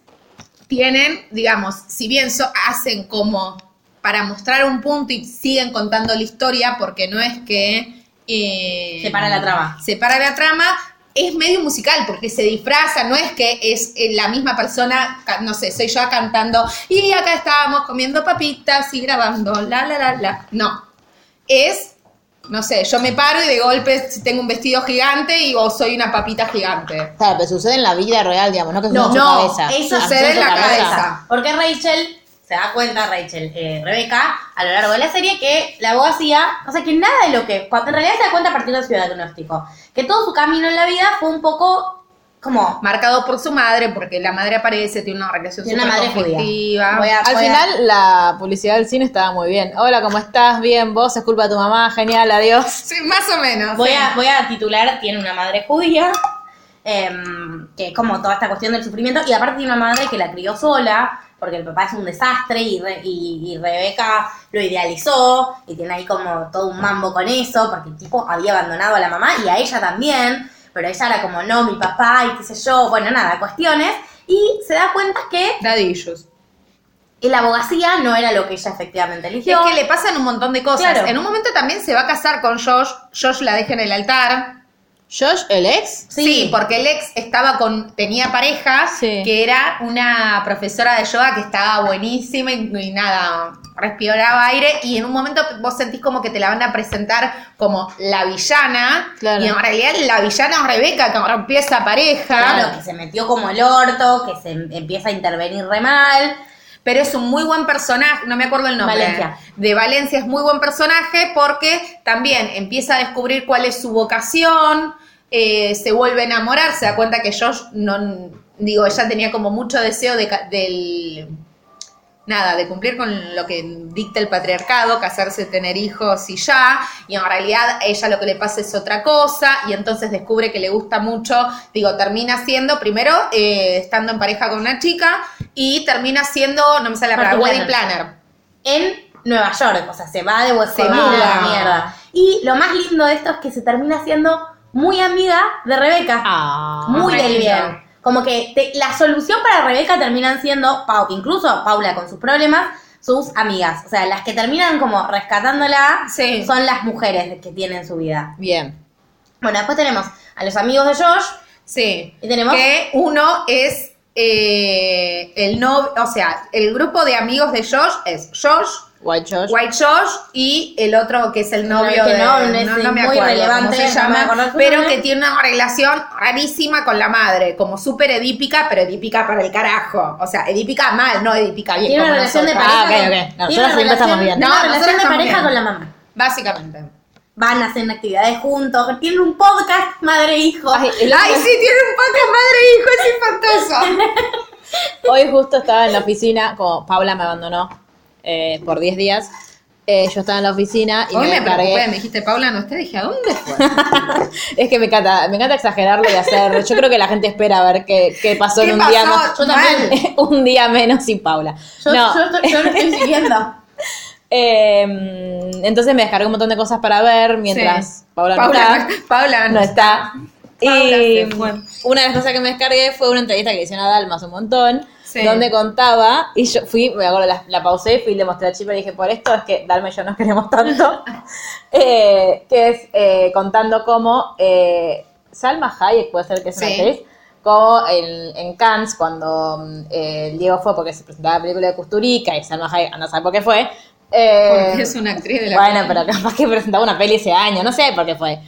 Speaker 4: tienen, digamos, si bien so- hacen como para mostrar un punto y siguen contando la historia, porque no es que... eh,
Speaker 3: Separa la trama.
Speaker 4: Separa la trama. Es medio musical porque se disfraza, no es que es eh, la misma persona, ca- no sé, soy yo cantando y acá estábamos comiendo papitas y grabando, la, la, la, la. No, es, no sé, yo me paro y de golpe tengo un vestido gigante y o soy una papita gigante.
Speaker 2: Claro, pero sucede en la vida real, digamos, no que
Speaker 4: No,
Speaker 2: sucede
Speaker 4: no,
Speaker 2: en su cabeza.
Speaker 4: eso
Speaker 2: Ah,
Speaker 4: sucede en la
Speaker 2: su
Speaker 4: cabeza.
Speaker 3: Porque Rachel se da cuenta, Rachel, eh, Rebeca, a lo largo de la serie, que la abogacía, o sea, que nada de lo que. cuando en realidad se da cuenta a partir de su diagnóstico. Que todo su camino en la vida fue un poco como.
Speaker 4: Marcado por su madre, porque la madre aparece, tiene una relación
Speaker 3: Tiene una
Speaker 4: súper
Speaker 3: madre judía.
Speaker 4: conflictiva.
Speaker 3: Voy a-
Speaker 2: Al final, la publicidad del cine estaba muy bien. Hola, ¿cómo estás? Bien, vos, es culpa de tu mamá, genial, adiós.
Speaker 4: Sí, más o menos.
Speaker 3: Voy
Speaker 4: sí.
Speaker 3: a, voy a titular, tiene una madre judía, em, que es como toda esta cuestión del sufrimiento, y aparte tiene una madre que la crió sola, porque el papá es un desastre y, Re- y, y Rebeca lo idealizó, y tiene ahí como todo un mambo con eso, porque el tipo había abandonado a la mamá y a ella también, pero ella era como, no, mi papá, y qué sé yo, bueno, nada, cuestiones, y se da cuenta que
Speaker 4: Daddy issues.
Speaker 3: la abogacía no era lo que ella efectivamente eligió.
Speaker 4: Es que le pasan un montón de cosas.
Speaker 3: Claro.
Speaker 4: En un momento también se va a casar con Josh. Josh la deja en el altar.
Speaker 2: Josh, el ex,
Speaker 3: Sí.
Speaker 4: Sí, porque el ex estaba con, tenía pareja,
Speaker 2: Sí.
Speaker 4: que era una profesora de yoga que estaba buenísima y, y nada, respiraba aire y en un momento vos sentís como que te la van a presentar como la villana
Speaker 2: Claro.
Speaker 4: y en realidad la villana es Rebeca que rompió esa pareja,
Speaker 3: Claro, que se metió como el orto, que se em- empieza a intervenir re mal.
Speaker 4: pero es un muy buen personaje, no me acuerdo el nombre.
Speaker 3: Valencia.
Speaker 4: De Valencia es muy buen personaje porque también empieza a descubrir cuál es su vocación, eh, se vuelve a enamorar, se da cuenta que Josh no, digo, ella tenía como mucho deseo de, ca- del, nada, de cumplir con lo que dicta el patriarcado, casarse, tener hijos y ya, y en realidad a ella lo que le pasa es otra cosa, y entonces descubre que le gusta mucho, digo, termina siendo, primero, eh, estando en pareja con una chica, y termina siendo, no me sale la palabra,
Speaker 3: Party
Speaker 4: wedding planner.
Speaker 3: en Nueva York, o sea, se va de West
Speaker 4: Se
Speaker 3: Coast,
Speaker 4: muda.
Speaker 3: a la mierda. Y lo más lindo de esto es que se termina siendo muy amiga de Rebeca,
Speaker 4: Ah,
Speaker 2: Ah,
Speaker 3: muy
Speaker 4: re
Speaker 3: del
Speaker 4: lindo.
Speaker 3: bien. Como que te- la solución para Rebeca terminan siendo, Pau, incluso Paula con sus problemas, sus amigas. O sea, las que terminan como rescatándola
Speaker 4: Sí.
Speaker 3: son las mujeres que tienen su vida.
Speaker 2: bien.
Speaker 3: Bueno, después tenemos a los amigos de Josh,
Speaker 4: Sí.
Speaker 3: ¿Y tenemos?
Speaker 4: Que uno es eh, el no, o sea, el grupo de amigos de Josh es Josh,
Speaker 2: White Josh.
Speaker 4: White Josh y el otro que es el
Speaker 3: No,
Speaker 4: novio
Speaker 3: es que
Speaker 4: de
Speaker 3: no, es muy
Speaker 4: cómo
Speaker 3: relevante,
Speaker 4: se
Speaker 3: no me
Speaker 4: llama,
Speaker 3: acuerdo su
Speaker 4: pero
Speaker 3: nombre.
Speaker 4: que tiene una relación rarísima con la madre, como súper edípica, pero edípica para el carajo. O sea, edípica mal, no edípica bien.
Speaker 3: tiene una
Speaker 4: como
Speaker 3: relación de
Speaker 4: nosotras.
Speaker 3: pareja.
Speaker 2: Ah, ok,
Speaker 3: con-
Speaker 2: ok.
Speaker 3: tiene
Speaker 2: Nosotras
Speaker 3: una
Speaker 2: siempre
Speaker 3: relación-
Speaker 2: estamos bien.
Speaker 3: No,
Speaker 4: No, nosotras
Speaker 3: relación de
Speaker 4: estamos
Speaker 3: pareja
Speaker 4: bien.
Speaker 3: con la mamá.
Speaker 4: Básicamente.
Speaker 3: Van a hacer actividades juntos, tienen un podcast madre-hijo.
Speaker 4: Ay, sí, tiene un podcast madre e hijo, es eso.
Speaker 2: Hoy justo estaba en la oficina, como Paula me abandonó eh, por 10 días. eh, yo estaba en la oficina y
Speaker 4: Hoy me
Speaker 2: encargué-
Speaker 4: preocupé, me dijiste, Paula, no está, dije, ¿a dónde fue?
Speaker 2: Es que me encanta, me encanta exagerarlo y hacer. Yo creo que la gente espera a ver qué, qué pasó
Speaker 4: ¿Qué
Speaker 2: en un día
Speaker 4: pasó?
Speaker 2: más.
Speaker 4: Yo también.
Speaker 2: un día menos sin Paula.
Speaker 3: Yo,
Speaker 2: no.
Speaker 3: yo, yo lo estoy siguiendo.
Speaker 2: Eh, entonces me descargué un montón de cosas para ver mientras
Speaker 4: Sí.
Speaker 2: Paula,
Speaker 4: Paula,
Speaker 2: no está.
Speaker 4: Paula,
Speaker 2: No está.
Speaker 4: Paula
Speaker 2: Y
Speaker 4: se fue.
Speaker 2: una de las cosas que me descargué fue una entrevista que le hicieron a Dalmas un montón,
Speaker 4: Sí.
Speaker 2: donde contaba, y yo fui, me acuerdo, la, la pausé, fui y le mostré a Chipper y dije, por esto es que Dalma y yo nos queremos tanto, Eh, que es eh, contando cómo eh, Salma Hayek, puede ser que es una
Speaker 4: Sí.
Speaker 2: actriz, como en, en Cannes, cuando mm, eh, Diego fue porque se presentaba la película de Custurica y Salma Hayek, anda a saber por qué fue. eh,
Speaker 4: Porque es una actriz de la
Speaker 2: bueno, pero capaz que presentaba una peli ese año, no sé por qué fue.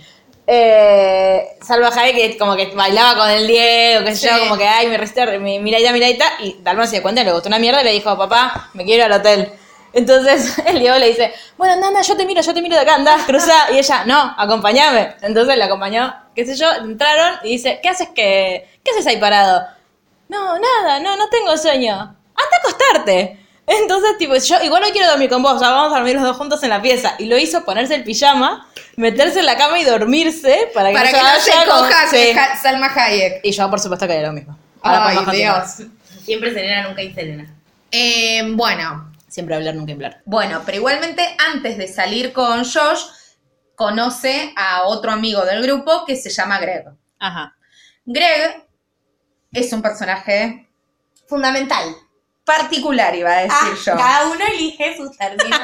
Speaker 2: Eh, Salva Hayek que como que bailaba con el Diego, que sé yo,
Speaker 4: Sí.
Speaker 2: como que, ay, mi restar, mi miradita, miradita, y Dalma se dio cuenta, le gustó una mierda y le dijo, papá, me quiero ir al hotel. Entonces el Diego le dice, bueno, anda, anda, yo te miro, yo te miro de acá, anda, cruza. Y ella, no, acompáñame. Entonces la acompañó, qué sé yo, entraron y dice, ¿qué haces que, qué haces ahí parado? No, nada, no, no tengo sueño. Anda a acostarte. Entonces, tipo, yo igual no quiero dormir con vos, o sea, vamos a dormir los dos juntos en la pieza. Y lo hizo ponerse el pijama, meterse en la cama y dormirse para que
Speaker 4: Para
Speaker 2: no
Speaker 4: que no
Speaker 2: se
Speaker 4: se
Speaker 2: vaya con-
Speaker 4: coja
Speaker 2: Sí.
Speaker 4: Ja- Salma Hayek.
Speaker 2: Y yo, por supuesto, que era lo mismo. Ahora
Speaker 4: Ay,
Speaker 2: podemos continuar.
Speaker 4: Dios.
Speaker 3: Siempre Selena, nunca hay Selena.
Speaker 4: Eh, bueno,
Speaker 2: Siempre hablar, nunca hablar.
Speaker 4: bueno, pero igualmente antes de salir con Josh, conoce a otro amigo del grupo que se llama Greg.
Speaker 2: Ajá.
Speaker 4: Greg es un personaje
Speaker 3: Fundamental. Ah,
Speaker 4: particular, iba a decir yo.
Speaker 3: cada uno elige sus términos.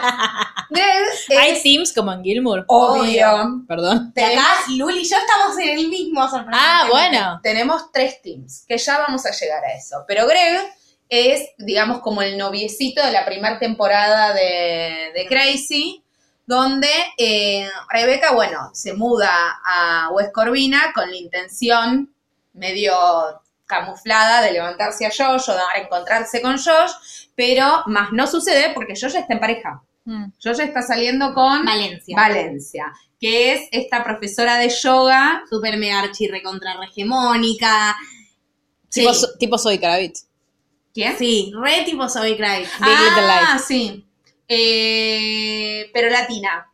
Speaker 4: Greg
Speaker 2: Hay
Speaker 4: es
Speaker 2: teams como en Gilmour.
Speaker 4: obvio.
Speaker 2: Perdón.
Speaker 3: De acá, Luli y yo estamos en el mismo sorpresa.
Speaker 2: Ah, bueno.
Speaker 4: Tenemos tres teams, que ya vamos a llegar a eso. Pero Greg es, digamos, como el noviecito de la primera temporada de, de Crazy, donde eh, Rebeca, bueno, se muda a West Corvina con la intención medio camuflada de levantarse a Josh o de encontrarse con Josh, pero más no sucede porque Josh ya está en pareja. Josh está saliendo con
Speaker 3: Mm. Valencia.
Speaker 4: Valencia, que es esta profesora de yoga
Speaker 3: Super mega archi recontra hegemónica.
Speaker 2: Tipo, so- tipo soy Caravitz.
Speaker 4: ¿Quién?
Speaker 3: Sí, re tipo Soy Craig.
Speaker 2: Little
Speaker 4: ah,
Speaker 2: Lies.
Speaker 4: sí. Eh, pero latina.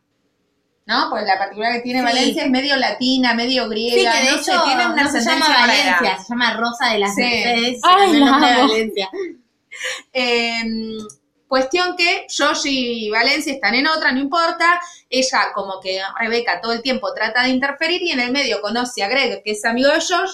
Speaker 4: ¿No? Porque la particular que tiene
Speaker 3: Sí.
Speaker 4: Valencia es medio latina, medio
Speaker 3: Sí, que
Speaker 4: griega.
Speaker 3: de
Speaker 4: no
Speaker 3: hecho
Speaker 4: sé, tiene una
Speaker 3: no se llama
Speaker 4: ascendencia rara.
Speaker 3: Valencia, se llama Rosa de las
Speaker 4: Sí.
Speaker 3: Mercedes.
Speaker 2: Ay,
Speaker 3: se llama el
Speaker 2: la
Speaker 3: nombre de
Speaker 2: amo.
Speaker 3: Valencia.
Speaker 4: Eh, cuestión que Josh y Valencia están en otra, no importa. Ella, como que Rebeca todo el tiempo trata de interferir y en el medio conoce a Greg, que es amigo de Josh,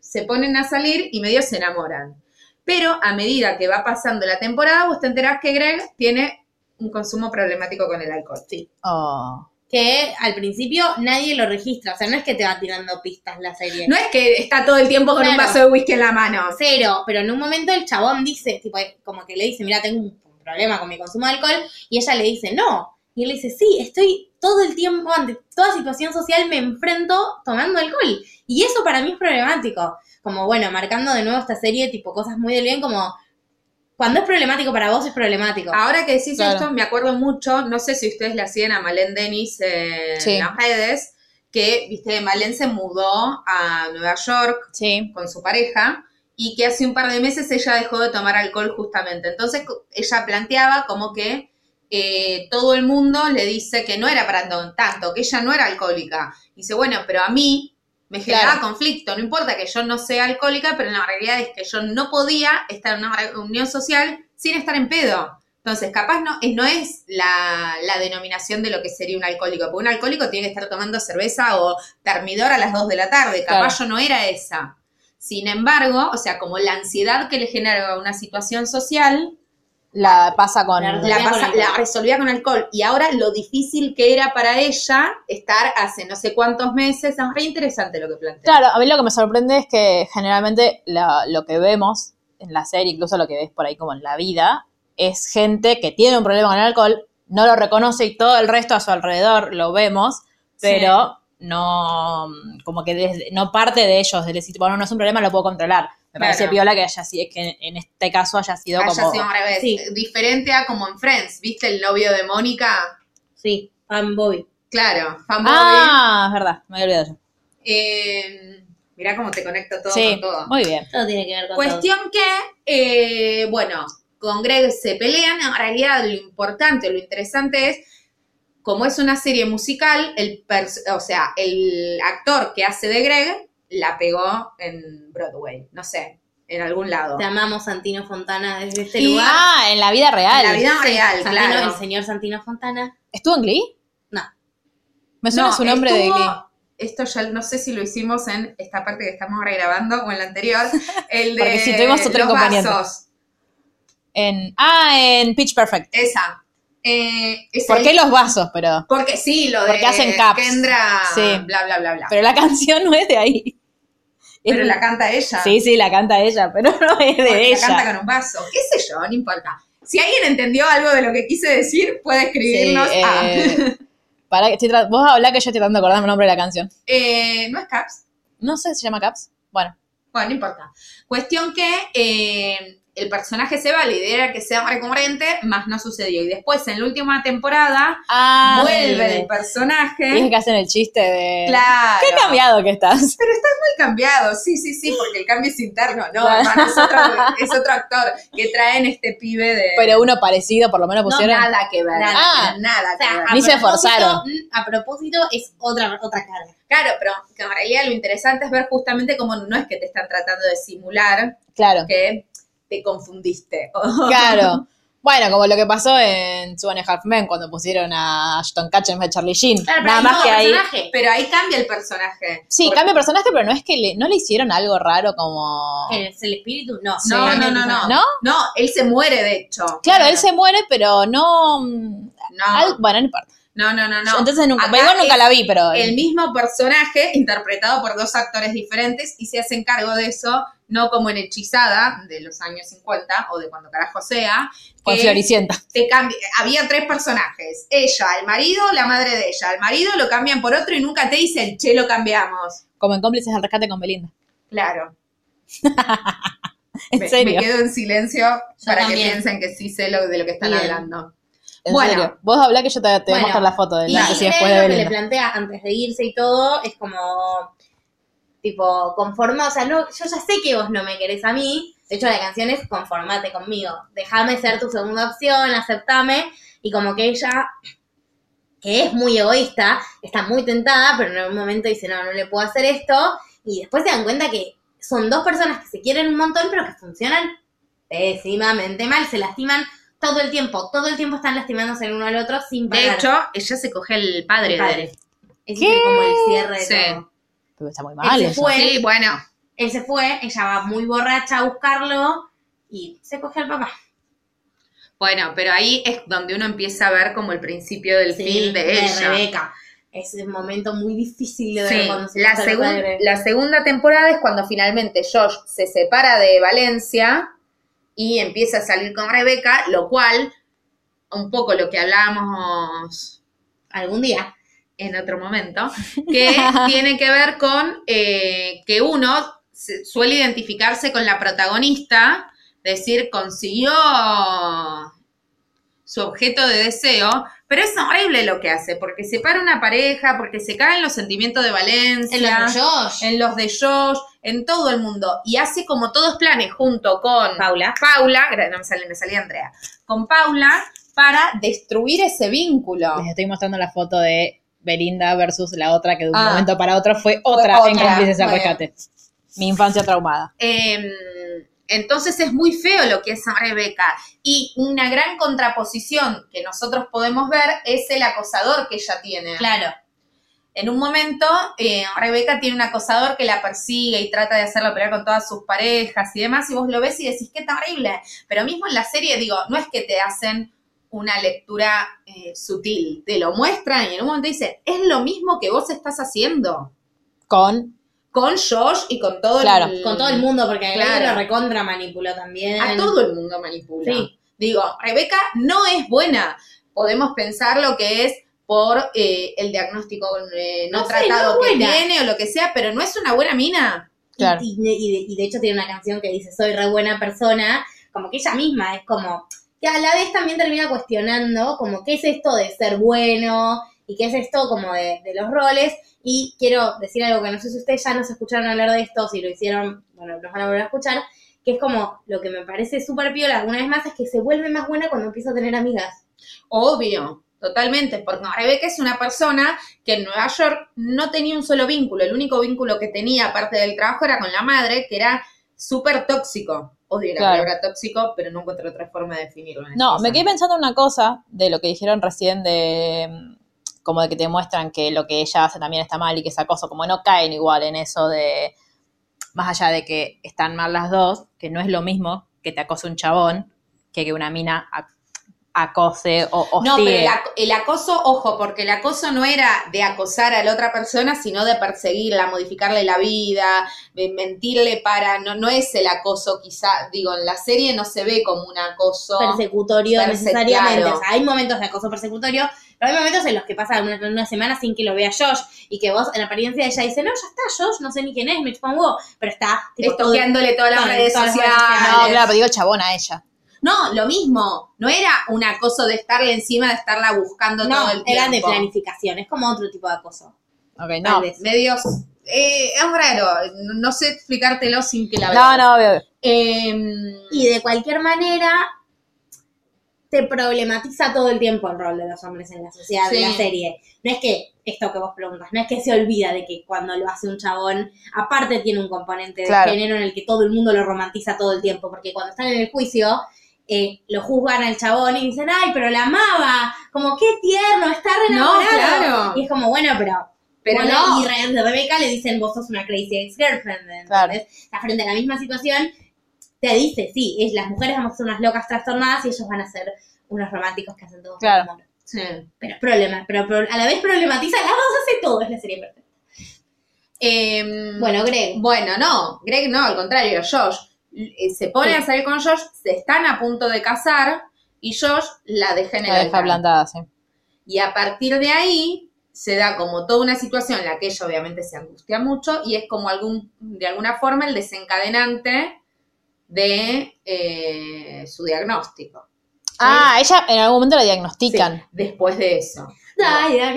Speaker 4: se ponen a salir y medio se enamoran. Pero a medida que va pasando la temporada, vos te enterás que Greg tiene un consumo problemático con el alcohol.
Speaker 2: Oh.
Speaker 3: Que al principio nadie lo registra, o sea, no es que te va tirando pistas la serie.
Speaker 4: No es que está todo el tiempo con un
Speaker 3: Claro.
Speaker 4: vaso de whisky en la mano.
Speaker 3: Cero, pero en un momento el chabón dice, tipo, eh, como que le dice, mira, tengo un problema con mi consumo de alcohol, y ella le dice, no. Y él le dice, sí, estoy todo el tiempo, ante toda situación social me enfrento tomando alcohol. Y eso para mí es problemático. Como, bueno, marcando de nuevo esta serie, tipo, cosas muy del bien, como, cuando es problemático para vos es problemático.
Speaker 2: Ah.
Speaker 4: Ahora que decís
Speaker 2: Claro.
Speaker 4: esto, me acuerdo mucho, no sé si ustedes la siguen a Malén Denis en
Speaker 2: Sí.
Speaker 4: las redes, que, viste, Malén se mudó a Nueva York
Speaker 2: Sí.
Speaker 4: con su pareja y que hace un par de meses ella dejó de tomar alcohol justamente. Entonces co- ella planteaba como que eh, todo el mundo le dice que no era para tan- tanto, que ella no era alcohólica. Dice, bueno, pero a mí me generaba
Speaker 2: Claro.
Speaker 4: conflicto, no importa que yo no sea alcohólica, pero la realidad es que yo no podía estar en una reunión social sin estar en pedo. Entonces, capaz no, eh, no es la, la denominación de lo que sería un alcohólico, porque un alcohólico tiene que estar tomando cerveza o termidor a las 2 de la tarde, capaz yo no era esa. Sin embargo, o sea, como la ansiedad que le genera una situación social,
Speaker 2: La pasa con.
Speaker 3: La-
Speaker 4: la,
Speaker 3: Resolvía con
Speaker 4: pasa-
Speaker 3: alcohol.
Speaker 4: la resolvía con alcohol. Y ahora lo difícil que era para ella estar hace no sé cuántos meses, es re interesante lo que plantea.
Speaker 2: Claro, a mí lo que me sorprende es que generalmente la- lo que vemos en la serie, incluso lo que ves por ahí como en la vida, es gente que tiene un problema con el alcohol, no lo reconoce y todo el resto a su alrededor lo vemos, pero no, como que desde- no parte de ellos, de decir, bueno, no es un problema, lo puedo controlar. Me
Speaker 4: Claro.
Speaker 2: parece piola que haya sido, que en este caso haya sido
Speaker 4: Haya
Speaker 2: como...
Speaker 4: sido al revés.
Speaker 3: Sí.
Speaker 4: Diferente a como en Friends, ¿viste el novio de Mónica?
Speaker 3: Sí, fan Bobby.
Speaker 4: Claro, fanboy.
Speaker 2: ah, es verdad, me había olvidado yo.
Speaker 4: Eh, mirá Mirá cómo te conecta todo
Speaker 2: sí,
Speaker 4: con todo.
Speaker 2: muy bien.
Speaker 3: Todo tiene que ver con
Speaker 4: Cuestión que, eh, bueno, con Greg se pelean. En realidad, lo importante, lo interesante es, como es una serie musical, el pers- o sea, el actor que hace de Greg la pegó en Broadway. No sé, en algún lado.
Speaker 3: Te amamos, Santino Fontana, desde este
Speaker 4: Y-
Speaker 3: lugar.
Speaker 2: Ah, en la vida real.
Speaker 4: En la vida real,
Speaker 3: Santino,
Speaker 4: claro.
Speaker 3: El señor Santino Fontana.
Speaker 2: ¿Estuvo en Glee?
Speaker 3: No.
Speaker 2: Me suena
Speaker 4: No,
Speaker 2: su nombre
Speaker 4: estuvo-
Speaker 2: de Glee.
Speaker 4: Esto ya no sé si lo hicimos en esta parte que estamos ahora grabando o en la anterior. El de
Speaker 2: Porque si tuvimos otra
Speaker 4: los
Speaker 2: acompañante.
Speaker 4: vasos.
Speaker 2: En, ah, en Pitch Perfect.
Speaker 4: Esa. Eh, es
Speaker 2: ¿Por
Speaker 4: el-
Speaker 2: qué los vasos? Pero,
Speaker 4: Porque sí, lo de
Speaker 2: Porque hacen caps.
Speaker 4: Kendra,
Speaker 2: Sí.
Speaker 4: bla, bla, bla, bla. Pero,
Speaker 2: pero la canción no es de ahí. Es-
Speaker 4: la canta ella.
Speaker 2: Sí, sí, la canta ella, pero no es de
Speaker 4: Porque la
Speaker 2: ella.
Speaker 4: canta con un vaso. ¿Qué sé yo? No importa. Si alguien entendió algo de lo que quise decir, puede
Speaker 2: Sí,
Speaker 4: escribirnos a...
Speaker 2: eh, pará que estoy tra- vos hablá que yo estoy tratando de acordarme el nombre de la canción.
Speaker 4: Eh, ¿No es caps?
Speaker 2: No sé, ¿se llama Caps? Bueno,
Speaker 4: Bueno, no importa. Cuestión que eh, el personaje se va, la idea era que sea recurrente, más no sucedió. Y después, en la última temporada,
Speaker 2: ah,
Speaker 4: vuelve el
Speaker 2: Y es
Speaker 4: personaje.
Speaker 2: que hacen el chiste de...
Speaker 4: Claro.
Speaker 2: Qué cambiado que estás.
Speaker 4: Muy cambiado, sí, sí, sí, porque el cambio es interno, no,
Speaker 2: Claro.
Speaker 4: hermano, es otro, es otro actor que traen este pibe de...
Speaker 2: Pero uno parecido, por lo menos
Speaker 4: no,
Speaker 2: pusieron.
Speaker 4: nada que ver,
Speaker 3: Nada.
Speaker 2: Ah.
Speaker 4: nada
Speaker 3: O
Speaker 4: que
Speaker 3: sea,
Speaker 4: ver.
Speaker 3: a
Speaker 2: Ni se
Speaker 3: propósito-
Speaker 2: esforzaron.
Speaker 3: mm, A propósito, es otra, otra cara.
Speaker 4: Claro, pero que en realidad lo interesante es ver justamente cómo no es que te están tratando de simular
Speaker 2: claro,
Speaker 4: que te confundiste.
Speaker 2: claro. Bueno, como lo que pasó en Two and a Half Men cuando pusieron a Ashton Kutcher en vez de Charlie Sheen.
Speaker 3: Claro, pero
Speaker 2: Nada
Speaker 3: hay
Speaker 2: más
Speaker 3: nuevo
Speaker 2: que ahí...
Speaker 3: personaje.
Speaker 4: Pero ahí cambia el personaje.
Speaker 2: Sí,
Speaker 4: Porque-
Speaker 2: cambia de personaje, pero no es que le, no le hicieron algo raro como...
Speaker 3: ¿Qué ¿Es el espíritu? No.
Speaker 4: No, no, no, no,
Speaker 2: ¿No?
Speaker 4: No, él se muere, de hecho.
Speaker 2: Claro, él se muere, pero no... mm,
Speaker 4: No,
Speaker 2: al- bueno, no importa.
Speaker 4: no, no, Ah. no, no.
Speaker 2: Entonces nunca,
Speaker 4: Acá
Speaker 2: igual nunca
Speaker 4: es
Speaker 2: la vi, pero...
Speaker 4: El mismo personaje interpretado por dos actores diferentes y se hacen cargo de eso, no como en Hechizada de los años 50 o de cuando carajo sea.
Speaker 2: con
Speaker 4: que-
Speaker 2: Floricienta.
Speaker 4: te cambi- había tres personajes, ella, el marido, la madre de ella, el marido lo cambian por otro y nunca te dicen, che, lo cambiamos.
Speaker 2: Como en Cómplices al Rescate con Belinda.
Speaker 4: Claro.
Speaker 2: En
Speaker 4: me,
Speaker 2: serio.
Speaker 4: me quedo en silencio para
Speaker 3: también.
Speaker 4: que piensen que sí sé lo de lo que están
Speaker 3: Bien.
Speaker 4: hablando.
Speaker 2: en
Speaker 4: bueno.
Speaker 2: serio. Vos hablá que yo te, te voy a
Speaker 3: Bueno,
Speaker 2: mostrar la foto del
Speaker 3: Y
Speaker 2: antes y después
Speaker 3: Greg
Speaker 2: de
Speaker 3: lo que le
Speaker 2: Belinda.
Speaker 3: plantea antes de irse y todo es como, tipo, conforma, o sea, no, yo ya sé que vos no me querés a mí, de hecho la canción es conformate conmigo, déjame ser tu segunda opción, aceptame, y como que ella, que es muy egoísta, está muy tentada, pero en un momento dice, no, no le puedo hacer esto, y después se dan cuenta que son dos personas que se quieren un montón, pero que funcionan pésimamente mal, se lastiman todo el tiempo, todo el tiempo están lastimándose el uno al otro sin parar.
Speaker 4: De hecho, ella se coge el padre.
Speaker 3: El padre.
Speaker 4: de-
Speaker 3: Ese
Speaker 2: ¿Qué?
Speaker 3: es como el cierre de
Speaker 4: Sí.
Speaker 3: todo.
Speaker 2: Pero Está muy
Speaker 3: Él
Speaker 2: mal
Speaker 3: se
Speaker 2: eso.
Speaker 3: fue,
Speaker 4: Sí, bueno.
Speaker 3: él se fue, ella va muy borracha a buscarlo y se coge al papá.
Speaker 4: Bueno, pero ahí es donde uno empieza a ver como el principio del
Speaker 3: Sí,
Speaker 4: fin de ella.
Speaker 3: Rebeca. Es un momento muy difícil de ver
Speaker 4: Sí,
Speaker 3: cuando se
Speaker 4: la,
Speaker 3: coge al
Speaker 4: segun-
Speaker 3: padre.
Speaker 4: la segunda temporada es cuando finalmente Josh se separa de Valencia y empieza a salir con Rebeca, lo cual, un poco lo que hablábamos
Speaker 3: Algún día.
Speaker 4: en otro momento, que tiene que ver con eh, que uno se- suele identificarse con la protagonista, decir, consiguió su objeto de deseo, pero es horrible lo que hace, porque separa una pareja, porque se caen los sentimientos de Valencia
Speaker 3: En los de Josh.
Speaker 4: en los de Josh, en todo el mundo. Y hace como todos planes junto con Paula. Paula, gra- no me sale, me salía Andrea. Con Paula para destruir ese vínculo.
Speaker 2: Les estoy mostrando la foto de Belinda versus la otra que de un
Speaker 4: Ah.
Speaker 2: momento para otro fue otra,
Speaker 4: Fue
Speaker 2: en
Speaker 4: otra,
Speaker 2: Cómplices al
Speaker 4: bueno.
Speaker 2: Rescate. Mi infancia traumada.
Speaker 4: Eh, entonces es muy feo lo que es Rebeca. Y una gran contraposición que nosotros podemos ver es el acosador que ella tiene.
Speaker 3: Claro.
Speaker 4: En un momento, eh, Rebeca tiene un acosador que la persigue y trata de hacerla pelear con todas sus parejas y demás, y vos lo ves y decís, qué terrible. Pero mismo en la serie, digo, no es que te hacen una lectura eh, sutil, te lo muestran y en un momento dicen, es lo mismo que vos estás haciendo
Speaker 2: Con.
Speaker 4: con Josh y con todo
Speaker 2: Claro.
Speaker 4: el...
Speaker 3: Con todo el mundo, porque a
Speaker 4: Claro.
Speaker 3: Greg lo recontra manipuló también.
Speaker 4: A todo el mundo manipula.
Speaker 3: Sí.
Speaker 4: Digo, Rebeca no es buena. Podemos pensar lo que es por eh, el diagnóstico eh, no,
Speaker 3: No sé,
Speaker 4: tratado
Speaker 3: no es
Speaker 4: que
Speaker 3: buena.
Speaker 4: tiene o lo que sea, pero no es una buena mina.
Speaker 2: Claro.
Speaker 3: Y, y- y de hecho tiene una canción que dice, soy re buena persona, como que ella misma es como, que a la vez también termina cuestionando, como, ¿qué es esto de ser bueno? y qué es esto como de, de los roles. Y quiero decir algo que no sé si ustedes ya nos escucharon hablar de esto, si lo hicieron, bueno, nos van a volver a escuchar, que es como lo que me parece súper piola alguna vez más, es que se vuelve más buena cuando empieza a tener amigas.
Speaker 4: Obvio, totalmente, porque Rebeca es una persona que en Nueva York no tenía un solo vínculo, el único vínculo que tenía aparte del trabajo era con la madre, que era súper tóxico. Odio la
Speaker 2: Claro.
Speaker 4: palabra tóxico, pero no encuentro otra forma de definirlo. en
Speaker 2: No,
Speaker 4: esta
Speaker 2: me
Speaker 4: cosa.
Speaker 2: quedé pensando en una cosa de lo que dijeron recién de mm, como de que te muestran que lo que ella hace también está mal y que esa cosa, como no caen igual en eso de, más allá de que están mal las dos, que no es lo mismo que te acose un chabón que que una mina ac- acose o
Speaker 4: No, pero
Speaker 2: hostigue.
Speaker 4: el, ac- el acoso, ojo, porque el acoso no era de acosar a la otra persona, sino de perseguirla, modificarle la vida, de mentirle para, no, no es el acoso quizá, digo, en la serie no se ve como un acoso.
Speaker 3: Persecutorio
Speaker 4: Perse-
Speaker 3: necesariamente.
Speaker 4: claro.
Speaker 3: O sea, hay momentos de acoso persecutorio, pero hay momentos en los que pasa una, una semana sin que lo vea Josh y que vos en apariencia de ella dice, no, ya está Josh, no sé ni quién es, me chupa un huevo", pero está tipo, todo-
Speaker 4: Estoqueándole todas las
Speaker 3: Bueno,
Speaker 4: redes
Speaker 3: todas las redes
Speaker 4: sociales.
Speaker 2: No, claro, pero digo chabón a ella.
Speaker 4: No, lo mismo, no era un acoso de estarle encima, de estarla buscando
Speaker 3: No,
Speaker 4: todo el tiempo.
Speaker 3: eran de planificación, es como otro tipo de acoso.
Speaker 2: Ok,
Speaker 4: Tal
Speaker 2: no.
Speaker 4: vez. Medios, eh, es raro, no- no sé explicártelo sin que la
Speaker 2: No,
Speaker 4: veas.
Speaker 2: no, obvio.
Speaker 4: Em,
Speaker 3: Y de cualquier manera, te problematiza todo el tiempo el rol de los hombres en la sociedad, de
Speaker 4: Sí.
Speaker 3: la serie. No es que esto que vos preguntas, no es que se olvida de que cuando lo hace un chabón, aparte tiene un componente de
Speaker 2: Claro.
Speaker 3: género en el que todo el mundo lo romantiza todo el tiempo, porque cuando están en el juicio, eh, lo juzgan al chabón y dicen, ay, pero la amaba, como qué tierno, está re
Speaker 4: No,
Speaker 3: enamorado".
Speaker 4: claro.
Speaker 3: Y es como, bueno, pero
Speaker 4: pero
Speaker 3: bueno,
Speaker 4: no.
Speaker 3: Y Ryan de Rebeca le dicen, vos sos una crazy ex-girlfriend. ¿entendés?
Speaker 2: Claro.
Speaker 3: Está frente a la misma situación, te dice, sí, es, las mujeres vamos a ser unas locas trastornadas y ellos van a ser unos románticos que hacen todo por
Speaker 2: Claro.
Speaker 3: amor. Pero es problema, pero pro- a la vez problematiza, las dos hace todo, es la serie perfecta.
Speaker 2: Mm.
Speaker 4: Em,
Speaker 3: Bueno, Greg,
Speaker 4: Bueno, no, Greg no, al contrario, Josh eh, se pone
Speaker 3: Sí.
Speaker 4: a salir con Josh, se están a punto de casar y Josh la deja en el
Speaker 2: La deja
Speaker 4: altar.
Speaker 2: ablandada, sí.
Speaker 4: Y a partir de ahí se da como toda una situación en la que ella obviamente se angustia mucho y es como algún, de alguna forma el desencadenante de eh, su diagnóstico.
Speaker 2: Ah, ella en algún momento la diagnostican.
Speaker 4: Después de eso.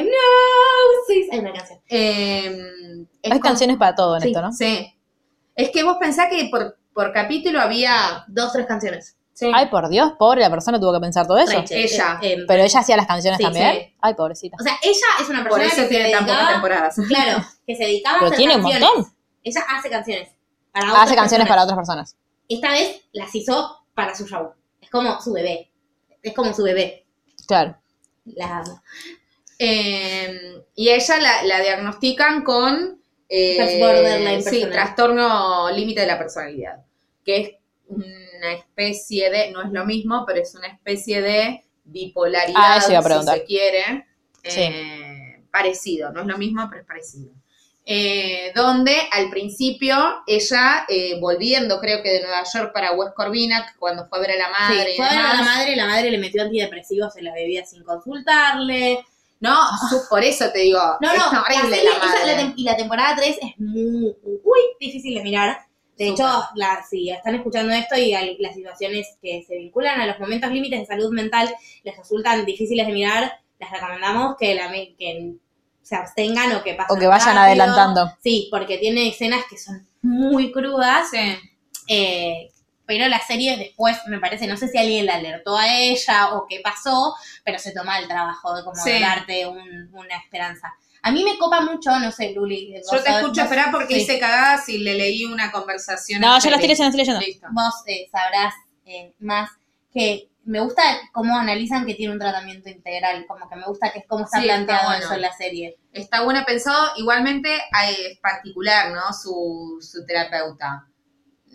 Speaker 3: diagnosis. Hay una canción.
Speaker 4: Em, es
Speaker 2: Hay
Speaker 4: como-
Speaker 2: canciones para todo en
Speaker 4: sí,
Speaker 2: esto, ¿no?
Speaker 4: Sí. Es que vos pensás que por, por capítulo había...
Speaker 3: Dos, tres canciones.
Speaker 4: Sí.
Speaker 2: Ay, por Dios, pobre la persona tuvo que pensar todo eso.
Speaker 3: Rachel,
Speaker 4: Ella.
Speaker 3: eh, eh,
Speaker 2: Pero ella hacía las canciones
Speaker 3: Sí,
Speaker 2: también.
Speaker 4: sí.
Speaker 2: Ay, pobrecita.
Speaker 3: o sea, ella es una persona
Speaker 4: Por eso
Speaker 3: que
Speaker 4: tiene
Speaker 3: se
Speaker 4: tan pocas
Speaker 3: dedicaba,
Speaker 4: temporadas.
Speaker 3: claro, que se dedicaba a
Speaker 2: Pero
Speaker 3: hacer
Speaker 2: tiene un
Speaker 3: canciones.
Speaker 2: montón.
Speaker 3: Ella hace canciones. Para otras
Speaker 2: Ah, Hace canciones
Speaker 3: personas.
Speaker 2: para otras personas.
Speaker 3: esta vez las hizo para su show. Es como su bebé. Es como su bebé.
Speaker 2: Claro.
Speaker 3: La amo.
Speaker 4: Eh, y ella la, la diagnostican con eh,
Speaker 3: Borderline
Speaker 4: sí,
Speaker 3: personality.
Speaker 4: trastorno límite de la personalidad, que es una especie de, no es lo mismo, pero es una especie de bipolaridad,
Speaker 2: Ah, eso iba a
Speaker 4: si
Speaker 2: preguntar.
Speaker 4: se quiere,
Speaker 2: Sí.
Speaker 4: eh, parecido, no es lo mismo, pero es parecido. Eh, donde al principio ella, eh, volviendo creo que de Nueva York para West Corvina, cuando fue a ver a la
Speaker 3: Ah, Sí,
Speaker 4: madre, y
Speaker 3: fue a ver a la
Speaker 4: demás,
Speaker 3: madre, la madre le metió antidepresivos en la bebida sin consultarle.
Speaker 4: no, su- por eso te digo,
Speaker 3: No,
Speaker 4: es
Speaker 3: no, la
Speaker 4: horrible
Speaker 3: serie-
Speaker 4: la
Speaker 3: esa-
Speaker 4: madre.
Speaker 3: la tem- y la temporada 3 es muy, muy difícil de mirar. De
Speaker 4: Súper.
Speaker 3: hecho, la, si están escuchando esto y al- las situaciones que se vinculan a los momentos límites de salud mental les resultan difíciles de mirar, les recomendamos que, la, mi- que se abstengan o que pasen
Speaker 2: O que vayan
Speaker 3: rápido.
Speaker 2: adelantando.
Speaker 3: Sí, porque tiene escenas que son muy crudas.
Speaker 4: Sí.
Speaker 3: Eh, pero la serie después, me parece, no sé si alguien la alertó a ella o qué pasó, pero se toma el trabajo de como
Speaker 4: Sí.
Speaker 3: de darte un- una esperanza. A mí me copa mucho, no sé, Luli. eh,
Speaker 4: Yo te escucho esperar porque
Speaker 3: sí.
Speaker 4: hice cagadas y le leí una conversación.
Speaker 2: No,
Speaker 4: a
Speaker 2: yo las estoy
Speaker 4: Felipe.
Speaker 2: leyendo, estoy leyendo.
Speaker 4: Listo.
Speaker 3: Vos eh, sabrás eh, más que me gusta cómo analizan que tiene un tratamiento integral, como que me gusta que es cómo está
Speaker 4: Sí, está
Speaker 3: planteado
Speaker 4: bueno.
Speaker 3: eso en la serie.
Speaker 4: Está bueno pensado. Igualmente eh, es particular, ¿no? Su, su terapeuta.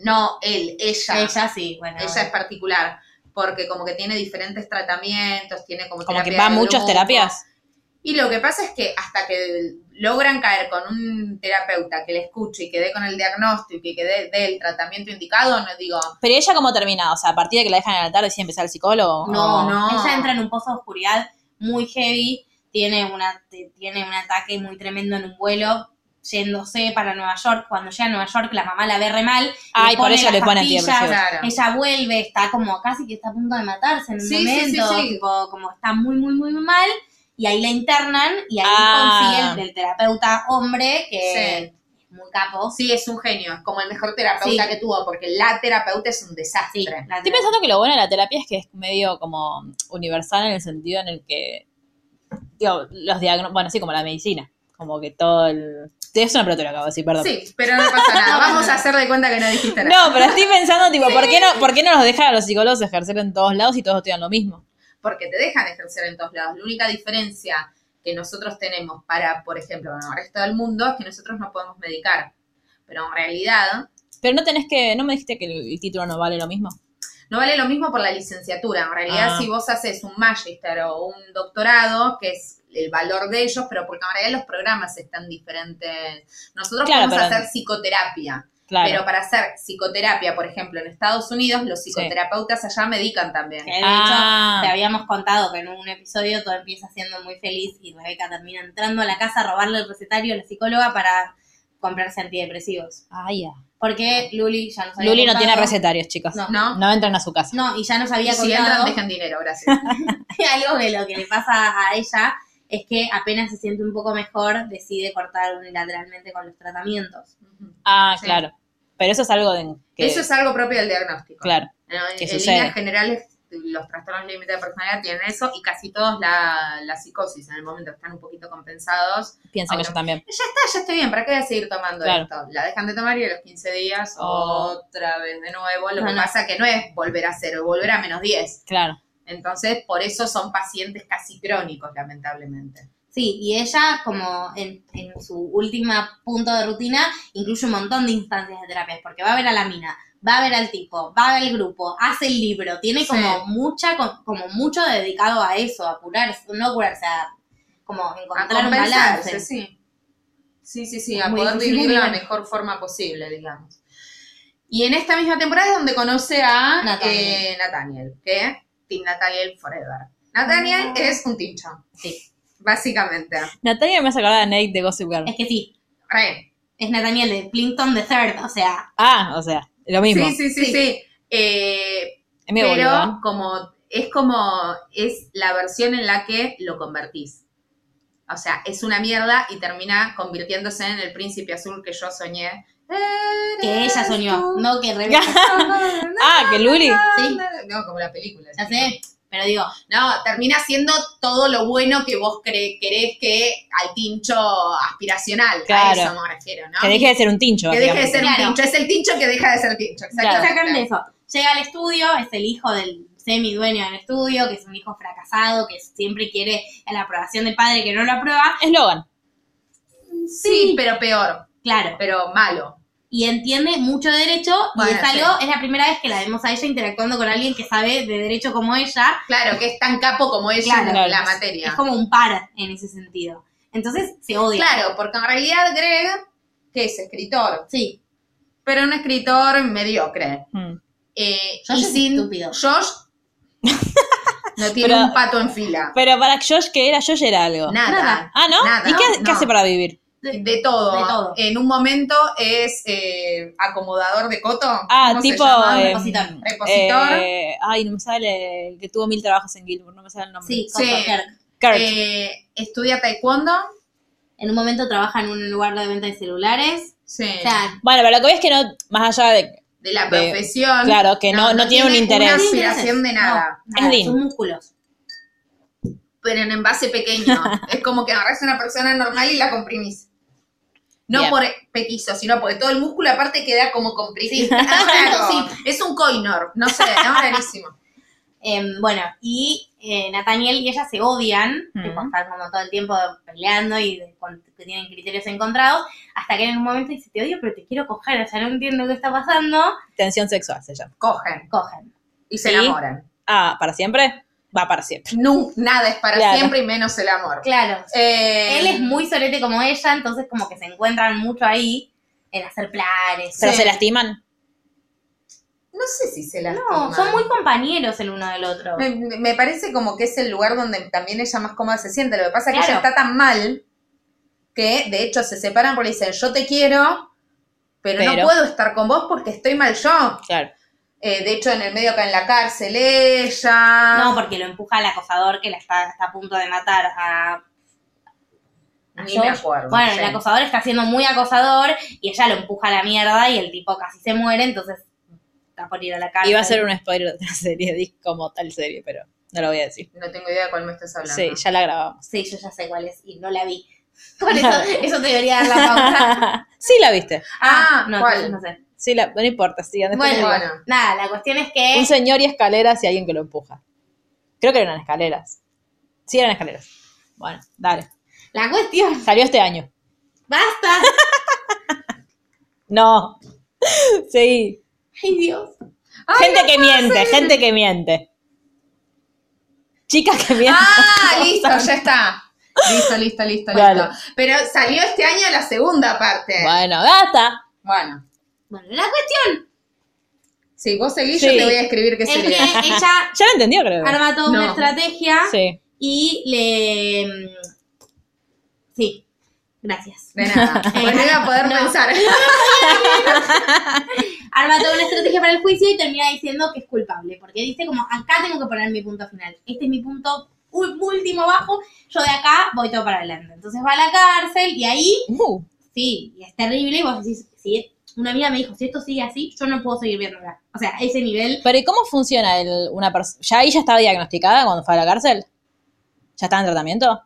Speaker 4: No él, ella. Ella,
Speaker 3: Ella sí, bueno.
Speaker 4: es particular. Porque como que tiene diferentes tratamientos, tiene como
Speaker 2: Como que
Speaker 4: terapia
Speaker 2: va a
Speaker 4: de
Speaker 2: muchas
Speaker 4: grupo.
Speaker 2: terapias.
Speaker 4: Y lo que pasa es que hasta que logran caer con un terapeuta que le escuche y que dé con el diagnóstico y que dé, dé el tratamiento indicado, no digo,
Speaker 2: Pero ella cómo termina, o sea, a partir de que la dejan en el altar decide empezar el psicólogo.
Speaker 3: No,
Speaker 4: No.
Speaker 3: Ella entra en un pozo de oscuridad muy heavy, tiene, una, te- tiene un ataque muy tremendo en un vuelo, yéndose para Nueva York. Cuando llega a Nueva York, la mamá la ve re mal. le
Speaker 2: Ay, por eso
Speaker 3: las
Speaker 2: le ponen
Speaker 3: pastillas,
Speaker 2: antidepresivos.
Speaker 4: claro.
Speaker 3: Ella vuelve, está como casi que está a punto de matarse en un
Speaker 4: Sí, sí, sí,
Speaker 3: momento,
Speaker 4: sí.
Speaker 3: tipo, como está muy, muy, muy mal. y ahí la internan y ahí
Speaker 2: Ah.
Speaker 3: consigue el del terapeuta hombre que es Eh, muy capo.
Speaker 4: Sí, es un genio, es como el mejor terapeuta
Speaker 3: Sí.
Speaker 4: que tuvo, porque la terapeuta es un
Speaker 3: Sí,
Speaker 4: desastre.
Speaker 3: la-
Speaker 2: Estoy pensando que lo bueno de la terapia es que es medio como universal en el sentido en el que, digo, los diagnósticos, bueno, sí, como la medicina, como que todo el... Es una pelotera, acabo de decir, perdón.
Speaker 4: Sí, pero no pasa nada. Vamos a hacer de cuenta que no dijiste nada.
Speaker 2: No, pero estoy pensando, tipo, ¿por qué no, ¿por qué no los dejan a los psicólogos ejercer en todos lados y todos estudian lo mismo?
Speaker 4: Porque te dejan ejercer en todos lados. La única diferencia que nosotros tenemos para, por ejemplo, con el resto del mundo es que nosotros no podemos medicar. Pero en realidad
Speaker 2: Pero no tenés que, no me dijiste que el, el título no vale lo mismo.
Speaker 4: no vale lo mismo por la licenciatura. En realidad,
Speaker 2: Ah.
Speaker 4: si vos haces un magister o un doctorado, que es el valor de ellos, pero porque en realidad los programas están diferentes. Nosotros
Speaker 2: Claro,
Speaker 4: podemos
Speaker 2: pero-
Speaker 4: hacer psicoterapia. Pero
Speaker 2: Claro.
Speaker 4: para hacer psicoterapia, por ejemplo, en Estados Unidos, los psicoterapeutas allá medican también.
Speaker 3: Que de
Speaker 2: Ah.
Speaker 3: hecho, te habíamos contado que en un episodio todo empieza siendo muy feliz y Rebeca termina entrando a la casa a robarle el recetario a la psicóloga para comprarse antidepresivos.
Speaker 2: Ah, ya.
Speaker 3: Porque Luli ya nos había
Speaker 2: Luli no
Speaker 3: contado-
Speaker 2: tiene recetarios, chicos.
Speaker 3: No.
Speaker 4: ¿No?
Speaker 2: No entran a su casa.
Speaker 3: No, y ya nos había
Speaker 4: Y
Speaker 3: contado.
Speaker 4: si entran, dejan dinero, gracias.
Speaker 3: algo que lo que le pasa a ella es que apenas se siente un poco mejor, decide cortar unilateralmente con los tratamientos.
Speaker 2: Ah,
Speaker 4: Sí.
Speaker 2: claro. Pero eso es algo de... que-
Speaker 4: Eso es algo propio del diagnóstico.
Speaker 2: Claro.
Speaker 4: ¿no?
Speaker 2: que
Speaker 4: En, en
Speaker 2: sucede.
Speaker 4: líneas generales, los trastornos límite de personalidad tienen eso y casi todos la, la psicosis en el momento están un poquito compensados.
Speaker 2: Piensa que
Speaker 4: Ahora-
Speaker 2: yo también.
Speaker 4: Ya está, ya estoy bien, ¿para qué voy a seguir tomando
Speaker 2: Claro.
Speaker 4: esto? La dejan de tomar y a los 15 días
Speaker 2: Oh.
Speaker 4: otra vez de nuevo. Lo
Speaker 3: No,
Speaker 4: que
Speaker 3: no.
Speaker 4: pasa que no es volver a cero, es volver a menos 10.
Speaker 2: Claro.
Speaker 4: Entonces, por eso son pacientes casi crónicos, lamentablemente.
Speaker 3: Sí, y ella, como en, en su última punto de rutina, incluye un montón de instancias de terapias, porque va a ver a la mina, va a ver al tipo, va a ver al grupo, hace el libro, tiene como mucha, co- como mucho dedicado a eso, a curarse, no curarse, a como
Speaker 4: A
Speaker 3: encontrar un
Speaker 4: compensarse,
Speaker 3: balance.
Speaker 4: sí. Sí, sí, sí, a
Speaker 3: Muy
Speaker 4: poder
Speaker 3: difícil,
Speaker 4: vivir de la
Speaker 3: muy bien.
Speaker 4: mejor forma posible, digamos. Y en esta misma temporada es donde conoce a
Speaker 3: Nathaniel.
Speaker 4: eh, Nathaniel, que Team Nathaniel Forever. Nathaniel
Speaker 3: Ah.
Speaker 4: es un tincho.
Speaker 3: Sí.
Speaker 4: Básicamente.
Speaker 2: Natalia me hace acordar a Nate de Gossip Girl.
Speaker 3: Es que sí,
Speaker 4: Re.
Speaker 3: es Nathaniel de Plinkton the Third, o sea,
Speaker 2: Ah, o sea, lo mismo.
Speaker 4: Sí, sí, sí, sí. Eh,
Speaker 2: es medio boludo, ¿no?
Speaker 4: pero como es como es la versión en la que lo convertís. O sea, es una mierda y termina convirtiéndose en el príncipe azul que yo soñé.
Speaker 3: que ella
Speaker 4: Eres
Speaker 3: soñó,
Speaker 4: tú.
Speaker 3: no que Rebeca.
Speaker 2: Ah, que Luli.
Speaker 3: Sí.
Speaker 4: No, como la película.
Speaker 3: Ya sé, pero digo,
Speaker 4: No, termina siendo todo lo bueno que vos cre- querés que al tincho aspiracional.
Speaker 2: Claro.
Speaker 4: A eso me refiero, ¿no?
Speaker 2: Que deje de ser un tincho.
Speaker 4: Que deje de ser un
Speaker 3: Claro.
Speaker 4: tincho. Es el tincho que deja de ser tincho.
Speaker 2: Claro.
Speaker 3: sacaron
Speaker 4: exactamente.
Speaker 3: eso. Llega al estudio, es el hijo del semi dueño del estudio, que es un hijo fracasado, que siempre quiere la aprobación del padre que no lo aprueba.
Speaker 2: Es Logan.
Speaker 4: Sí, pero peor.
Speaker 3: Claro.
Speaker 4: Pero malo.
Speaker 3: Y entiende mucho de derecho y
Speaker 4: Bueno,
Speaker 3: es
Speaker 4: sí.
Speaker 3: algo, es la primera vez que la vemos a ella interactuando con alguien que sabe de derecho como ella.
Speaker 4: Claro, que es tan capo como ella en
Speaker 2: Claro.
Speaker 4: la
Speaker 3: Es
Speaker 4: materia.
Speaker 3: como un par en ese sentido. Entonces se odia.
Speaker 4: Claro, porque en realidad Greg, que es escritor,
Speaker 3: Sí.
Speaker 4: pero un escritor mediocre.
Speaker 2: Mm.
Speaker 4: Eh,
Speaker 3: Josh
Speaker 4: y
Speaker 3: es
Speaker 4: sin
Speaker 3: estúpido.
Speaker 4: Josh no tiene
Speaker 2: Pero-
Speaker 4: un pato en fila.
Speaker 2: Pero para Josh, que era Josh, era algo.
Speaker 4: Nada.
Speaker 2: Ah, ¿no?
Speaker 4: Nada.
Speaker 2: ¿Y qué,
Speaker 4: No.
Speaker 2: qué hace para vivir?
Speaker 4: De todo.
Speaker 3: De todo.
Speaker 4: En un momento es eh, acomodador de coto.
Speaker 2: Ah,
Speaker 4: ¿Cómo se
Speaker 2: tipo.
Speaker 4: llama?
Speaker 2: eh,
Speaker 3: Repositor.
Speaker 4: Repositor.
Speaker 2: eh, ay, no me sale. El que tuvo mil trabajos en Gilmour, no me sale el nombre.
Speaker 3: Sí, con
Speaker 4: Sí.
Speaker 3: Kirk.
Speaker 2: Kirk.
Speaker 4: Eh, estudia taekwondo.
Speaker 3: En un momento trabaja en un lugar de venta de celulares.
Speaker 4: Sí.
Speaker 3: O sea,
Speaker 2: bueno, pero lo que ves es que no, más allá de.
Speaker 4: de la
Speaker 2: de-
Speaker 4: profesión.
Speaker 2: claro, que no- no tiene un interés.
Speaker 4: Una aspiración de nada.
Speaker 3: no, nada,
Speaker 2: Es Dean.
Speaker 3: son músculos.
Speaker 4: Pero en envase pequeño. es como que agarras una persona normal y la comprimís. No
Speaker 2: Bien.
Speaker 4: por petizo, sino porque todo el músculo aparte queda como comprimido. Ah,
Speaker 3: Sí.
Speaker 4: Es un coinor, no sé, no, rarísimo.
Speaker 3: Eh, bueno, y eh, Nathaniel y ella se odian,
Speaker 2: Mm.
Speaker 3: tipo, están como todo el tiempo peleando y de- con- que tienen criterios encontrados, hasta que en un momento dice, te odio, pero te quiero coger, o sea, no entiendo qué está pasando.
Speaker 2: Tensión sexual se llama.
Speaker 4: Cogen
Speaker 3: Cogen.
Speaker 4: y se
Speaker 2: Sí.
Speaker 4: enamoran.
Speaker 2: Ah, ¿para siempre? Va para siempre.
Speaker 4: Nu- nada es para
Speaker 2: Claro.
Speaker 4: siempre y menos el amor.
Speaker 3: Claro.
Speaker 4: Eh,
Speaker 3: Él es muy solete como ella, entonces como que se encuentran mucho ahí en hacer planes.
Speaker 2: Pero
Speaker 4: Sí.
Speaker 2: se lastiman.
Speaker 4: No sé si se las
Speaker 3: No, son muy compañeros el uno del otro.
Speaker 4: Me, me parece como que es el lugar donde también ella más cómoda se siente. Lo que pasa es que
Speaker 3: Claro.
Speaker 4: ella está tan mal que, de hecho, se separan porque le dicen, yo te quiero, pero, no
Speaker 2: Pero-
Speaker 4: puedo estar con vos porque estoy mal yo.
Speaker 2: Claro.
Speaker 4: Eh, de hecho, en el medio acá en la cárcel ella.
Speaker 3: No, porque lo empuja al acosador que la está, está a punto de matar a. a
Speaker 4: Ni
Speaker 3: Josh.
Speaker 4: me acuerdo,
Speaker 3: Bueno,
Speaker 4: sí.
Speaker 3: el acosador está siendo muy acosador y ella lo empuja a la mierda y el tipo casi se muere, entonces está por ir a la cárcel.
Speaker 2: Iba a ser un spoiler de una serie, di- como tal serie, pero no lo voy a decir.
Speaker 4: No tengo idea de cuál me estás hablando.
Speaker 2: Sí, ya la grabamos.
Speaker 3: Sí, yo ya sé cuál es y no la vi. Por eso, eso te debería dar la pauta.
Speaker 2: sí la viste.
Speaker 4: Ah,
Speaker 3: no, entonces
Speaker 4: ¿cuál?
Speaker 3: no sé.
Speaker 2: Sí la, no importa, sigan. después
Speaker 3: Bueno,
Speaker 2: les digo.
Speaker 4: Bueno.
Speaker 3: nada, la cuestión es que.
Speaker 2: Un señor y escaleras y alguien que lo empuja. Creo que eran escaleras. Sí, eran escaleras. Bueno, dale.
Speaker 3: La cuestión.
Speaker 2: Salió este año.
Speaker 3: ¡Basta!
Speaker 2: No. Sí.
Speaker 3: ¡Ay, Dios!
Speaker 2: gente que miente, gente que miente. Chicas que mienten.
Speaker 4: Ah, listo, ya está. Listo, listo, listo,
Speaker 2: Dale.
Speaker 4: listo. Pero salió este año la segunda parte.
Speaker 2: Bueno, basta.
Speaker 4: Bueno.
Speaker 3: Bueno, la cuestión
Speaker 4: Si vos seguís,
Speaker 2: Sí.
Speaker 4: yo te voy a escribir qué
Speaker 3: es que
Speaker 4: sería.
Speaker 3: ella
Speaker 2: Ya lo entendió, creo.
Speaker 3: arma toda una
Speaker 4: Ah, No.
Speaker 3: estrategia
Speaker 2: Sí.
Speaker 3: y le. Sí, gracias.
Speaker 4: De nada. Porque no iba a poder pensar.
Speaker 3: Arma toda una estrategia para el juicio y termina diciendo que es culpable. Porque dice, como, acá tengo que poner mi punto final. Este es mi punto ul- último bajo. Yo de acá voy todo para adelante. Entonces va a la cárcel y ahí
Speaker 2: Uh,
Speaker 3: Sí, y es terrible. Y vos decís, si una amiga me dijo, si esto sigue así, yo no puedo seguir viéndola. O sea, ese nivel.
Speaker 2: pero ¿y cómo funciona el, una persona? ¿Ya ella estaba diagnosticada cuando fue a la cárcel? ¿Ya estaba en tratamiento?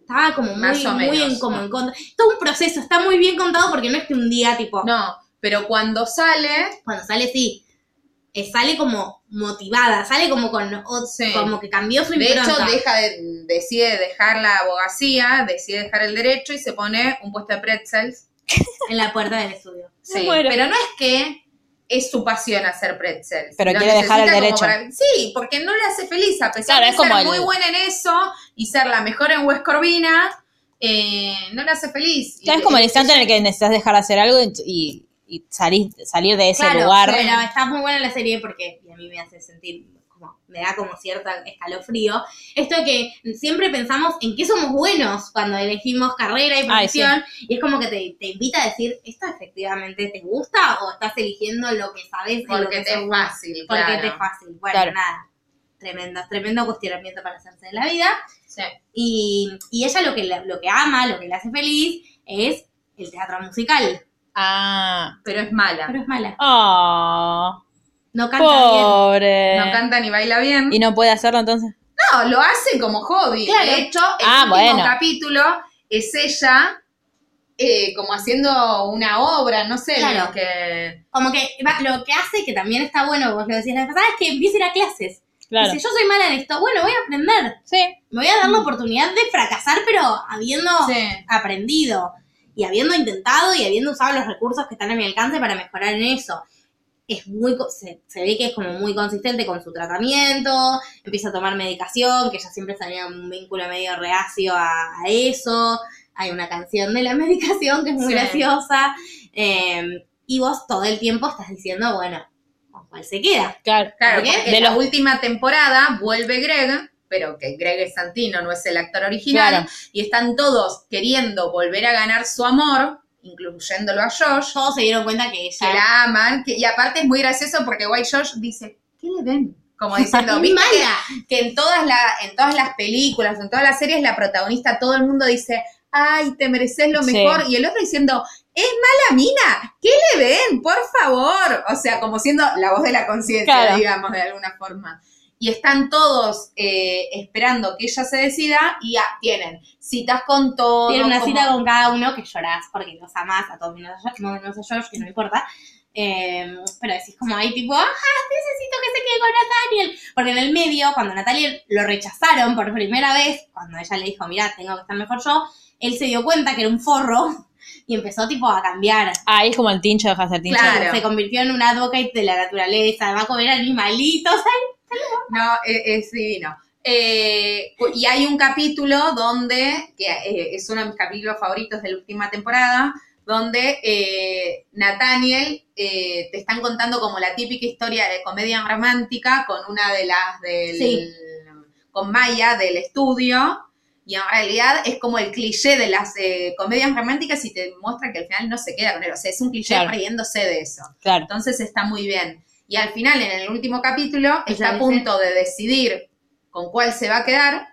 Speaker 3: Estaba como muy,
Speaker 4: Más o
Speaker 3: muy
Speaker 4: menos,
Speaker 3: en, como
Speaker 4: ¿no?
Speaker 3: en contra. Todo un proceso, está muy bien contado porque no es que un día, tipo,
Speaker 4: No, pero cuando sale,
Speaker 3: cuando sale, sí. eh, sale como motivada, sale como con. o-
Speaker 4: Sí.
Speaker 3: Como que cambió su
Speaker 4: de hecho,
Speaker 3: impronta.
Speaker 4: deja de- decide dejar la abogacía, decide dejar el derecho y se pone un puesto de pretzels.
Speaker 3: en la puerta del estudio.
Speaker 4: Sí,
Speaker 2: muero.
Speaker 4: pero no es que es su pasión hacer pretzels.
Speaker 2: Pero
Speaker 4: Lo
Speaker 2: quiere dejar el
Speaker 4: necesita como
Speaker 2: derecho.
Speaker 4: Sí, porque no le hace feliz, a pesar
Speaker 2: Claro,
Speaker 4: de
Speaker 2: es como
Speaker 4: ser
Speaker 2: el-
Speaker 4: muy buena en eso y ser la mejor en West Corvina, eh, no le hace feliz.
Speaker 2: Ya
Speaker 4: Y-
Speaker 2: es como el instante en el que necesitas dejar de hacer algo y, y salir, salir de ese
Speaker 3: claro,
Speaker 2: lugar.
Speaker 3: pero está muy buena la serie porque y a mí me hace sentir como me da como cierto escalofrío esto de que siempre pensamos en qué somos buenos cuando elegimos carrera y
Speaker 2: Ay, sí.
Speaker 3: profesión y es como que te, te invita a decir esto efectivamente te gusta o estás eligiendo lo que sabes o lo
Speaker 4: Porque
Speaker 3: que
Speaker 4: te
Speaker 3: sos
Speaker 4: es
Speaker 3: bueno?
Speaker 4: fácil,
Speaker 3: porque
Speaker 4: claro.
Speaker 3: te es fácil bueno
Speaker 2: Claro.
Speaker 3: nada tremendo tremendo cuestionamiento para hacerse de la vida
Speaker 4: Sí.
Speaker 3: y, y ella lo que la- lo que ama lo que le hace feliz es el teatro musical
Speaker 2: Ah.
Speaker 4: Pero es mala.
Speaker 3: pero es mala
Speaker 2: Ah.
Speaker 3: no canta bien
Speaker 2: pobre.
Speaker 4: No canta ni baila bien.
Speaker 2: ¿Y no puede hacerlo entonces?
Speaker 4: No, lo hace como hobby.
Speaker 3: Claro.
Speaker 4: De hecho, el
Speaker 2: Ah,
Speaker 4: último
Speaker 2: bueno.
Speaker 4: capítulo es ella eh, como haciendo una obra, no sé,
Speaker 3: Claro.
Speaker 4: lo que...
Speaker 3: como que va- lo que hace, que también está bueno, vos lo decías la vez pasada, es que empiece a ir a clases.
Speaker 2: Claro.
Speaker 3: Dice, yo soy mala en esto, bueno, voy a aprender.
Speaker 2: Sí.
Speaker 3: Me voy a dar la oportunidad de fracasar, pero habiendo
Speaker 4: Sí.
Speaker 3: aprendido y habiendo intentado y habiendo usado los recursos que están a mi alcance para mejorar en eso. Es muy, co- se, se ve que es como muy consistente con su tratamiento, empieza a tomar medicación, que ella siempre tenía un vínculo medio reacio a, a eso. Hay una canción de la medicación que es muy
Speaker 4: Sí.
Speaker 3: graciosa. eh, y vos todo el tiempo estás diciendo, bueno, ¿con cuál se queda?
Speaker 2: Claro.
Speaker 4: Claro,
Speaker 3: ¿Por qué?
Speaker 4: porque
Speaker 2: De
Speaker 4: en la
Speaker 2: los-
Speaker 4: última temporada vuelve Greg, pero que Greg es Santino, no es el actor original,
Speaker 2: Claro.
Speaker 4: y están todos queriendo volver a ganar su amor, incluyéndolo a Josh,
Speaker 3: Todos se dieron cuenta que ella...
Speaker 4: que la aman, que- y aparte es muy gracioso porque White Josh dice, ¿qué le ven? Como diciendo,
Speaker 3: ¡Qué
Speaker 4: ¿viste que
Speaker 3: mala!
Speaker 4: que en todas, la, en todas las películas, en todas las series, la protagonista, todo el mundo dice, ay, te mereces lo
Speaker 2: Sí.
Speaker 4: mejor, y el otro diciendo, es mala mina, ¿qué le ven? Por favor. O sea, como siendo la voz de la conciencia,
Speaker 2: Claro.
Speaker 4: digamos, de alguna forma. Y están todos eh, esperando que ella se decida y ah, tienen citas con todo.
Speaker 3: Tiene una
Speaker 4: como-
Speaker 3: cita con cada uno que llorás porque los amás a todos menos a George, no, menos a George, que no importa. Eh, pero decís como ahí tipo, ajá, necesito que se quede con Nathaniel. Porque en el medio, cuando Nathaniel lo rechazaron por primera vez, cuando ella le dijo, mirá, tengo que estar mejor yo, él se dio cuenta que era un forro y empezó tipo a cambiar.
Speaker 2: Ahí es como el tincho deja de ser tincho.
Speaker 4: Claro.
Speaker 3: Se convirtió en un advocate de la naturaleza, va a comer animalitos.
Speaker 4: No, es, es divino. Eh, y hay un capítulo donde, que eh, es uno de mis capítulos favoritos de la última temporada, donde eh, Nathaniel eh, te están contando como la típica historia de comedia romántica con una de las del.
Speaker 3: Sí.
Speaker 4: con Maya del estudio. Y en realidad es como el cliché de las eh, comedias románticas y te muestra que al final no se queda con él. O sea, es un cliché
Speaker 2: Claro.
Speaker 4: riéndose de eso.
Speaker 2: Claro.
Speaker 4: Entonces está muy bien. Y al final, en el último capítulo,
Speaker 5: Ella
Speaker 4: está a
Speaker 5: dice-
Speaker 4: punto de decidir con cuál se va a quedar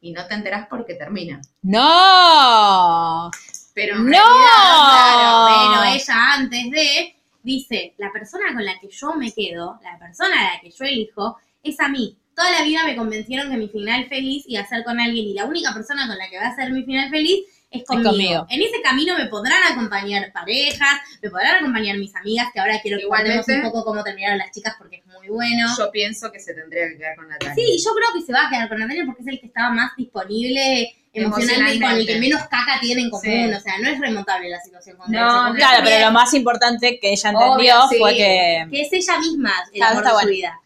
Speaker 4: y no te enterás porque termina.
Speaker 2: ¡No!
Speaker 3: Pero
Speaker 2: ¡No!
Speaker 3: en realidad, claro, pero ella antes de dice, la persona con la que yo me quedo, la persona a la que yo elijo, es a mí. Toda la vida me convencieron que mi final feliz iba a ser con alguien y la única persona con la que va a ser mi final feliz es conmigo.
Speaker 2: conmigo.
Speaker 3: En ese camino me podrán acompañar parejas, me podrán acompañar mis amigas, que ahora quiero que
Speaker 4: Igualmente.
Speaker 3: guardemos un poco cómo terminaron las chicas porque es muy bueno.
Speaker 4: Yo pienso que se tendría que quedar con Natalia.
Speaker 3: Sí, y yo creo que se va a quedar con Natalia porque es el que estaba más disponible emocionalmente y con el que
Speaker 4: Emocionalmente.
Speaker 3: menos caca tiene en común.
Speaker 4: Sí.
Speaker 3: O sea, no es remontable la situación con
Speaker 4: No,
Speaker 3: él, se
Speaker 4: no,
Speaker 3: complica
Speaker 2: Claro, pero
Speaker 3: bien,
Speaker 2: lo más importante que ella
Speaker 4: Obvio,
Speaker 2: entendió
Speaker 4: sí.
Speaker 2: fue que...
Speaker 3: Que es ella misma el
Speaker 2: Claro,
Speaker 3: amor
Speaker 2: está
Speaker 3: de
Speaker 2: bueno.
Speaker 3: su vida.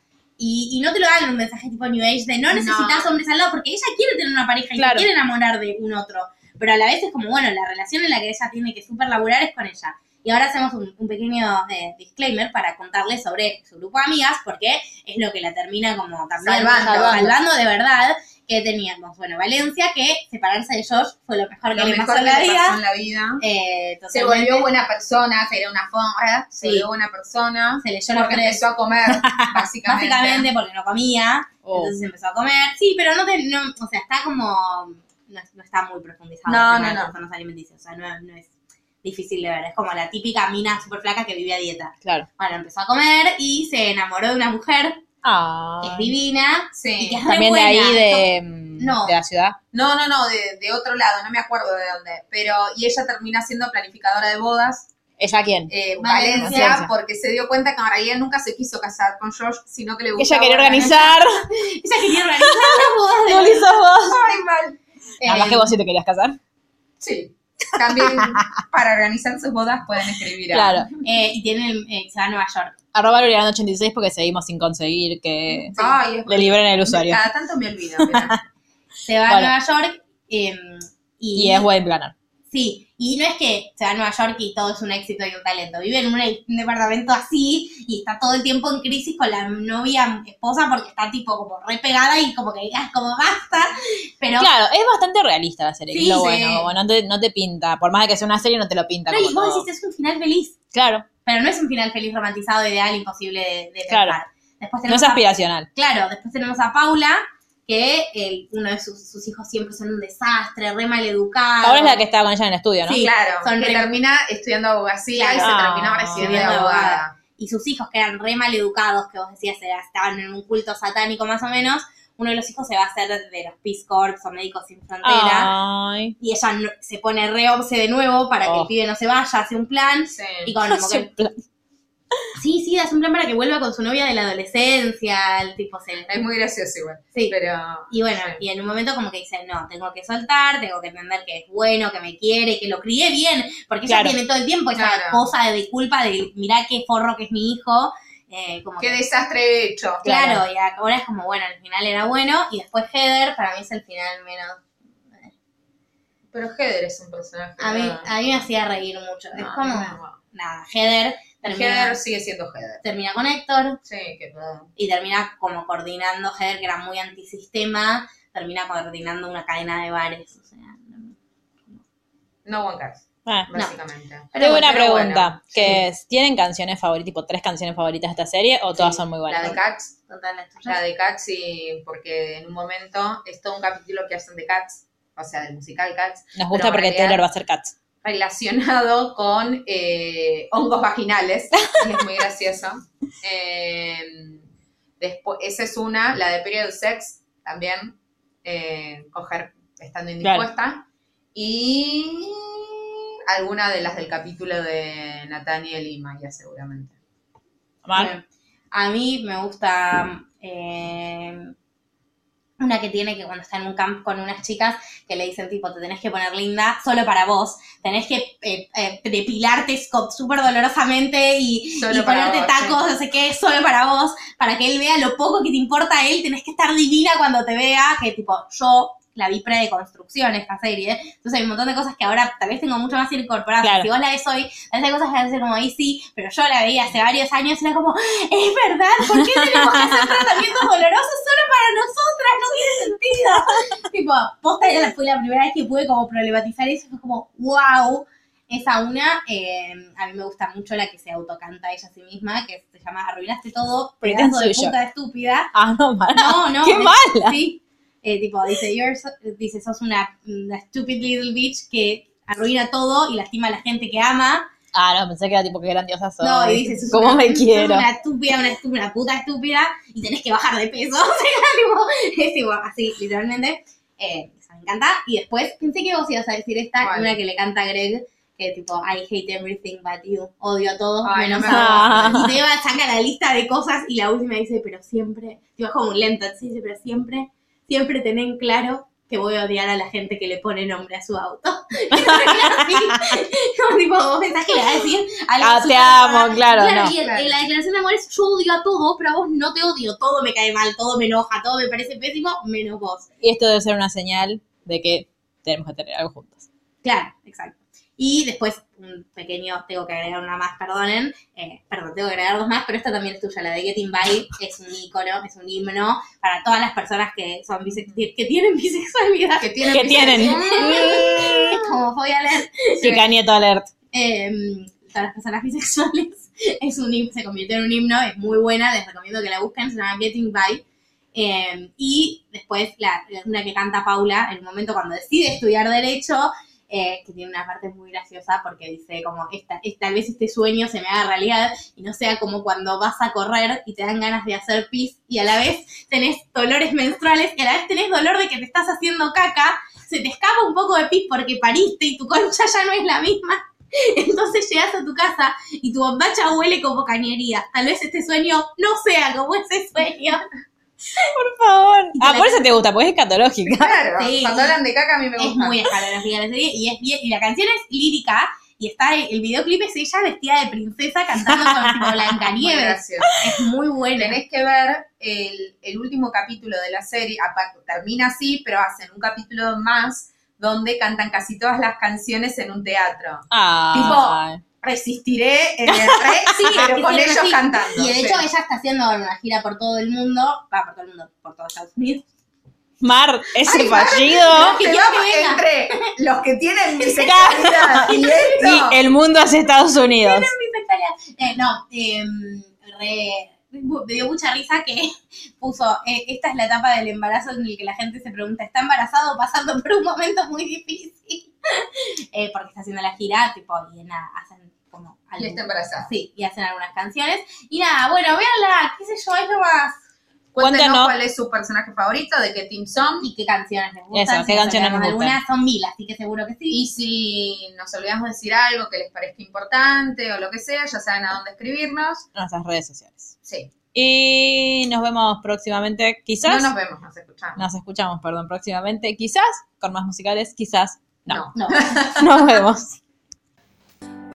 Speaker 3: Y, y no te lo dan en un mensaje tipo New Age de no necesitas hombres al lado porque ella quiere tener una pareja y
Speaker 2: Claro.
Speaker 3: se quiere enamorar de un otro. Pero a la vez es como, bueno, la relación en la que ella tiene que super laburar es con ella. Y ahora hacemos un, un pequeño eh, disclaimer para contarles sobre su grupo de amigas porque es lo que la termina como también
Speaker 4: Salvando.
Speaker 3: salvando de verdad que teníamos. Bueno, Valencia, que separarse de Josh fue lo mejor que
Speaker 4: Lo
Speaker 3: le
Speaker 4: mejor
Speaker 3: pasó en
Speaker 4: que
Speaker 3: la
Speaker 4: le pasó en
Speaker 3: vida.
Speaker 4: la vida.
Speaker 3: Eh,
Speaker 4: Se
Speaker 3: totalmente.
Speaker 4: volvió buena persona, se dio una forma, se
Speaker 3: Sí.
Speaker 4: volvió buena persona.
Speaker 3: Se leyó los
Speaker 4: Porque
Speaker 3: tres.
Speaker 4: empezó a comer, básicamente.
Speaker 3: Básicamente porque no comía,
Speaker 2: Oh.
Speaker 3: entonces empezó a comer. Sí, pero no, te- no o sea, está como, no, no está muy profundizado. el
Speaker 4: No,
Speaker 3: tema
Speaker 4: no,
Speaker 3: de
Speaker 4: no.
Speaker 3: trastornos alimenticios, o sea, no, no es difícil de ver. Es como la típica mina súper flaca que vive a dieta.
Speaker 2: Claro.
Speaker 3: Bueno, empezó a comer y se enamoró de una mujer que es divina y que
Speaker 4: Sí.
Speaker 3: es re
Speaker 2: También de ahí
Speaker 3: buena.
Speaker 2: de,
Speaker 3: No.
Speaker 2: de la ciudad.
Speaker 4: No, no, no, de, de otro lado, no me acuerdo de dónde. Pero, y ella termina siendo planificadora de bodas,
Speaker 2: ¿Ella quién?
Speaker 4: eh,
Speaker 3: Valencia.
Speaker 4: Valencia, porque se dio cuenta que en realidad nunca se quiso casar con Josh, sino que le
Speaker 2: Ella
Speaker 4: gustaba.
Speaker 2: quería organizar.
Speaker 3: Ella quería organizar las bodas de
Speaker 2: No lo hizo vos.
Speaker 4: Ay, mal.
Speaker 2: Nada más
Speaker 4: Eh,
Speaker 2: que vos sí te querías casar.
Speaker 4: Sí. También para organizar sus bodas pueden escribir a-
Speaker 2: Claro.
Speaker 3: Eh, y tiene el, eh, se va a Nueva York.
Speaker 2: Arroba Luriana 86 porque seguimos sin conseguir que
Speaker 4: Ay, es-
Speaker 2: le libren el usuario.
Speaker 3: Ah.
Speaker 4: Cada tanto me olvido. mirá.
Speaker 3: Se va
Speaker 2: Bueno.
Speaker 3: a Nueva York eh, y,
Speaker 2: Y es wedding planner.
Speaker 3: Sí, y no es que se va a Nueva York y todo es un éxito y un talento. Vive en un, e-, un departamento así y está todo el tiempo en crisis con la novia esposa porque está tipo como re pegada y como que digas como basta. Pero
Speaker 2: Claro, es bastante realista la serie. que es
Speaker 3: Sí,
Speaker 2: lo
Speaker 3: sí.
Speaker 2: bueno, como no te, no te pinta. Por más de que sea una serie, no te lo pinta
Speaker 3: no,
Speaker 2: como
Speaker 3: y vos
Speaker 2: todo.
Speaker 3: decís es un final feliz,
Speaker 2: Claro,
Speaker 3: pero no es un final feliz romantizado, ideal, imposible de, de pensar.
Speaker 2: Claro.
Speaker 3: Después
Speaker 2: no
Speaker 3: tenemos
Speaker 2: es
Speaker 3: a,
Speaker 2: aspiracional.
Speaker 3: claro, después tenemos a Paula, que el- uno de sus, sus hijos siempre son un desastre, re mal educado.
Speaker 2: Ahora es la que estaba con ella en el estudio, ¿no?
Speaker 3: Sí,
Speaker 4: claro,
Speaker 3: son
Speaker 4: que
Speaker 3: re-
Speaker 4: termina estudiando abogacía y se
Speaker 2: Claro.
Speaker 4: termina recibiendo de
Speaker 3: Estudiando
Speaker 4: abogada.
Speaker 3: y sus hijos, que eran re mal educados, que vos decías era- estaban en un culto satánico más o menos, uno de los hijos se va a hacer de los Peace Corps o Médicos Sin
Speaker 4: Ah.
Speaker 3: Frontera.
Speaker 2: Ay.
Speaker 3: Y ella no- se pone re obse de nuevo para que
Speaker 2: Oh.
Speaker 3: el pibe no se vaya, hace un plan.
Speaker 4: Sí.
Speaker 3: Y con, como que- sí, sí, hace un plan para que vuelva con su novia de la adolescencia, el tipo se...
Speaker 4: Es muy gracioso igual.
Speaker 3: Sí.
Speaker 4: Pero.
Speaker 3: Y bueno,
Speaker 4: Sí.
Speaker 3: y en un momento como que dice, no, tengo que soltar, tengo que entender que es bueno, que me quiere, que lo crié bien, porque
Speaker 2: Claro.
Speaker 3: ella tiene todo el tiempo esa
Speaker 4: Claro.
Speaker 3: cosa de culpa de mirá qué forro que es mi hijo. eh, como
Speaker 4: Qué
Speaker 3: que-
Speaker 4: desastre he hecho.
Speaker 3: Claro, y ahora es como, bueno, el final era bueno, y después Heather, para mí es el final menos...
Speaker 4: Pero Heather es un personaje.
Speaker 3: A mí,
Speaker 4: nada.
Speaker 3: a mí me hacía reír mucho. es
Speaker 4: No,
Speaker 3: como,
Speaker 4: no.
Speaker 3: nada, Heather termina,
Speaker 4: Ah, Heather sigue siendo Heather.
Speaker 3: termina con Héctor
Speaker 4: Sí, que no.
Speaker 3: y termina como coordinando, Heather, que era muy antisistema, termina coordinando una cadena de bares. O sea, no-
Speaker 4: No bancas,
Speaker 2: Ah.
Speaker 4: básicamente.
Speaker 2: Tengo
Speaker 4: bueno,
Speaker 2: una
Speaker 4: pero
Speaker 2: pregunta,
Speaker 4: bueno.
Speaker 2: que es, ¿tienen canciones favoritas, tipo tres canciones favoritas de esta serie o todas son muy
Speaker 4: La
Speaker 2: buenas?
Speaker 4: de Cats,
Speaker 3: total, las tuyas.
Speaker 4: la de Cats, y porque en un momento es todo un capítulo que hacen de Cats, o sea, del musical Cats,
Speaker 2: Nos
Speaker 4: Pero
Speaker 2: gusta
Speaker 4: en
Speaker 2: porque
Speaker 4: realidad-
Speaker 2: Taylor va a hacer Cats.
Speaker 4: relacionado con eh, hongos vaginales. y es muy gracioso. Eh, después, esa es una, la de Period Sex, también, eh, coger estando indispuesta. Y alguna de las del capítulo de Nathaniel y Maya, seguramente.
Speaker 2: Mar,
Speaker 3: Bien. A mí me gusta eh, una que tiene que cuando está en un camp con unas chicas que le dicen tipo, te tenés que poner linda solo para vos, tenés que eh, eh, depilarte sco- súper dolorosamente y,
Speaker 4: Solo
Speaker 3: y
Speaker 4: para
Speaker 3: ponerte
Speaker 4: vos,
Speaker 3: tacos, no sé qué, solo para vos, para que él vea lo poco que te importa a él, tenés que estar divina cuando te vea, que tipo, yo la vi pre de construcción esta serie, entonces hay un montón de cosas que ahora tal vez tengo mucho más incorporadas,
Speaker 2: Claro.
Speaker 3: si vos la ves hoy, tal vez hay cosas que vas a decir como, ahí sí, pero yo la veía hace varios años y era como, es verdad, ¿por qué tenemos que hacer tratamientos dolorosos solo para nosotras? No tiene sentido. tipo, posta era- fue la primera vez que pude como problematizar eso, fue como, wow. Esa una, eh, a mí me gusta mucho la que se autocanta ella a sí misma, que se llama Arruinaste todo,
Speaker 2: Pretend
Speaker 3: pedazo de
Speaker 2: soy yo".
Speaker 3: puta estúpida.
Speaker 2: Ah, no, para.
Speaker 3: No, no.
Speaker 2: ¡Qué
Speaker 3: me-
Speaker 2: mala!
Speaker 3: Sí. Eh, tipo, dice, "You're so- dice, sos una, una stupid little bitch que arruina todo y lastima a la gente que ama.
Speaker 2: Ah, no, pensé que era tipo que grandiosa soy.
Speaker 3: No, y dice, sos
Speaker 2: ¿Cómo
Speaker 3: una,
Speaker 2: me
Speaker 3: sos
Speaker 2: quiero?
Speaker 3: una estúpida, una estúpida, una puta estúpida y tenés que bajar de peso. O sea, tipo, es igual, así, literalmente. Eh, esa me encanta. Y después pensé que vos ibas a decir esta,
Speaker 4: ¿Cuál?
Speaker 3: una que le canta a Greg, que tipo, I hate everything but you. Odio a todos
Speaker 4: Ay, no
Speaker 3: menos
Speaker 4: me
Speaker 3: a vos.
Speaker 2: Ah.
Speaker 3: Y te va, saca la lista de cosas y la última dice, pero siempre, te bajo muy lento, así dice, pero siempre, siempre ten en claro que voy a odiar a la gente que le pone nombre a su auto. Así, como tipo, vos pensás que le va a decir algo
Speaker 2: Ah, te
Speaker 3: súper
Speaker 2: amo,
Speaker 3: raro.
Speaker 2: claro, no.
Speaker 3: y en- en la declaración de amor es, yo odio a todo, pero a vos no te odio, todo me cae mal, todo me enoja, todo me parece pésimo, menos vos.
Speaker 2: Y esto debe ser una señal de que tenemos que tener algo juntos.
Speaker 3: Claro, exacto. Y después, un pequeño, tengo que agregar una más, perdonen. Eh, perdón, tengo que agregar dos más, pero esta también es tuya. La de Getting By es un ícono, es un himno para todas las personas que son bisex- que tienen bisexualidad.
Speaker 4: Que tienen.
Speaker 2: ¿Qué tienen?
Speaker 3: Como voy a leer.
Speaker 2: Chica Nieto Alert.
Speaker 3: eh, todas las personas bisexuales. Es un him- se convirtió en un himno, es muy buena, les recomiendo que la busquen, se llama Getting By. Eh, y después la, una que canta Paula en un momento cuando decide estudiar Derecho, eh, que tiene una parte muy graciosa porque dice como, esta, es- tal vez este sueño se me haga realidad y no sea como cuando vas a correr y te dan ganas de hacer pis y a la vez tenés dolores menstruales y a la vez tenés dolor de que te estás haciendo caca, se te escapa un poco de pis porque pariste y tu concha ya no es la misma. Entonces llegas a tu casa y tu bombacha huele como cañería. Tal vez este sueño no sea como ese sueño.
Speaker 2: Por favor.
Speaker 3: Y te
Speaker 2: Ah,
Speaker 3: la-
Speaker 2: por eso te gusta, porque es catológica.
Speaker 4: Claro,
Speaker 3: Sí.
Speaker 4: cuando hablan de caca a mí me
Speaker 3: Es
Speaker 4: gusta.
Speaker 3: muy escalofriante la serie y, es bien, y la canción es lírica y está el, el videoclip es ella vestida de princesa cantando con tipo
Speaker 4: Muy
Speaker 3: Blancanieves.
Speaker 4: gracioso.
Speaker 3: es muy buena.
Speaker 4: Tenés que ver el, el último capítulo de la serie, apa- termina así, pero hacen un capítulo más donde cantan casi todas las canciones en un teatro.
Speaker 2: Ah.
Speaker 4: Resistiré en el re, sí, pero
Speaker 3: es
Speaker 4: con
Speaker 3: que
Speaker 4: ellos
Speaker 3: sí.
Speaker 4: cantando.
Speaker 3: Y de
Speaker 4: sí.
Speaker 3: hecho ella está haciendo una gira por todo el mundo, va por todo el mundo, por todo Estados Unidos.
Speaker 2: Mar, ese
Speaker 3: No,
Speaker 2: fallido.
Speaker 3: que
Speaker 4: Te
Speaker 3: quiero que
Speaker 4: vamos
Speaker 3: venga.
Speaker 4: entre los que tienen bisexualidad y esto.
Speaker 2: Y el mundo hacia Estados Unidos.
Speaker 3: Eh, no, em, re- me dio mucha risa que puso, eh, esta es la etapa del embarazo en el que la gente se pregunta, ¿está embarazado o pasando por un momento muy difícil? Eh, porque está haciendo la gira, tipo, y nada, hacen como
Speaker 4: Y está embarazada.
Speaker 3: Sí, y hacen algunas canciones. Y nada, bueno, véanla, qué sé yo, es lo más.
Speaker 4: Cuéntenos
Speaker 2: Cuéntanos.
Speaker 4: cuál es su personaje favorito, de qué team son.
Speaker 3: Y qué canciones les gustan.
Speaker 2: Eso, qué
Speaker 3: nos
Speaker 2: canciones
Speaker 3: olvidamos
Speaker 2: nos gustan.
Speaker 3: Algunas son mil, así que seguro que sí.
Speaker 4: Y si nos olvidamos de decir algo que les parezca importante o lo que sea, ya saben a dónde escribirnos.
Speaker 2: Nuestras redes sociales.
Speaker 4: Sí.
Speaker 2: Y nos vemos próximamente,
Speaker 4: No
Speaker 2: quizás.
Speaker 4: nos vemos, nos escuchamos.
Speaker 2: Nos escuchamos, perdón, próximamente, quizás con más musicales, quizás no.
Speaker 4: No.
Speaker 3: No.
Speaker 2: Nos vemos.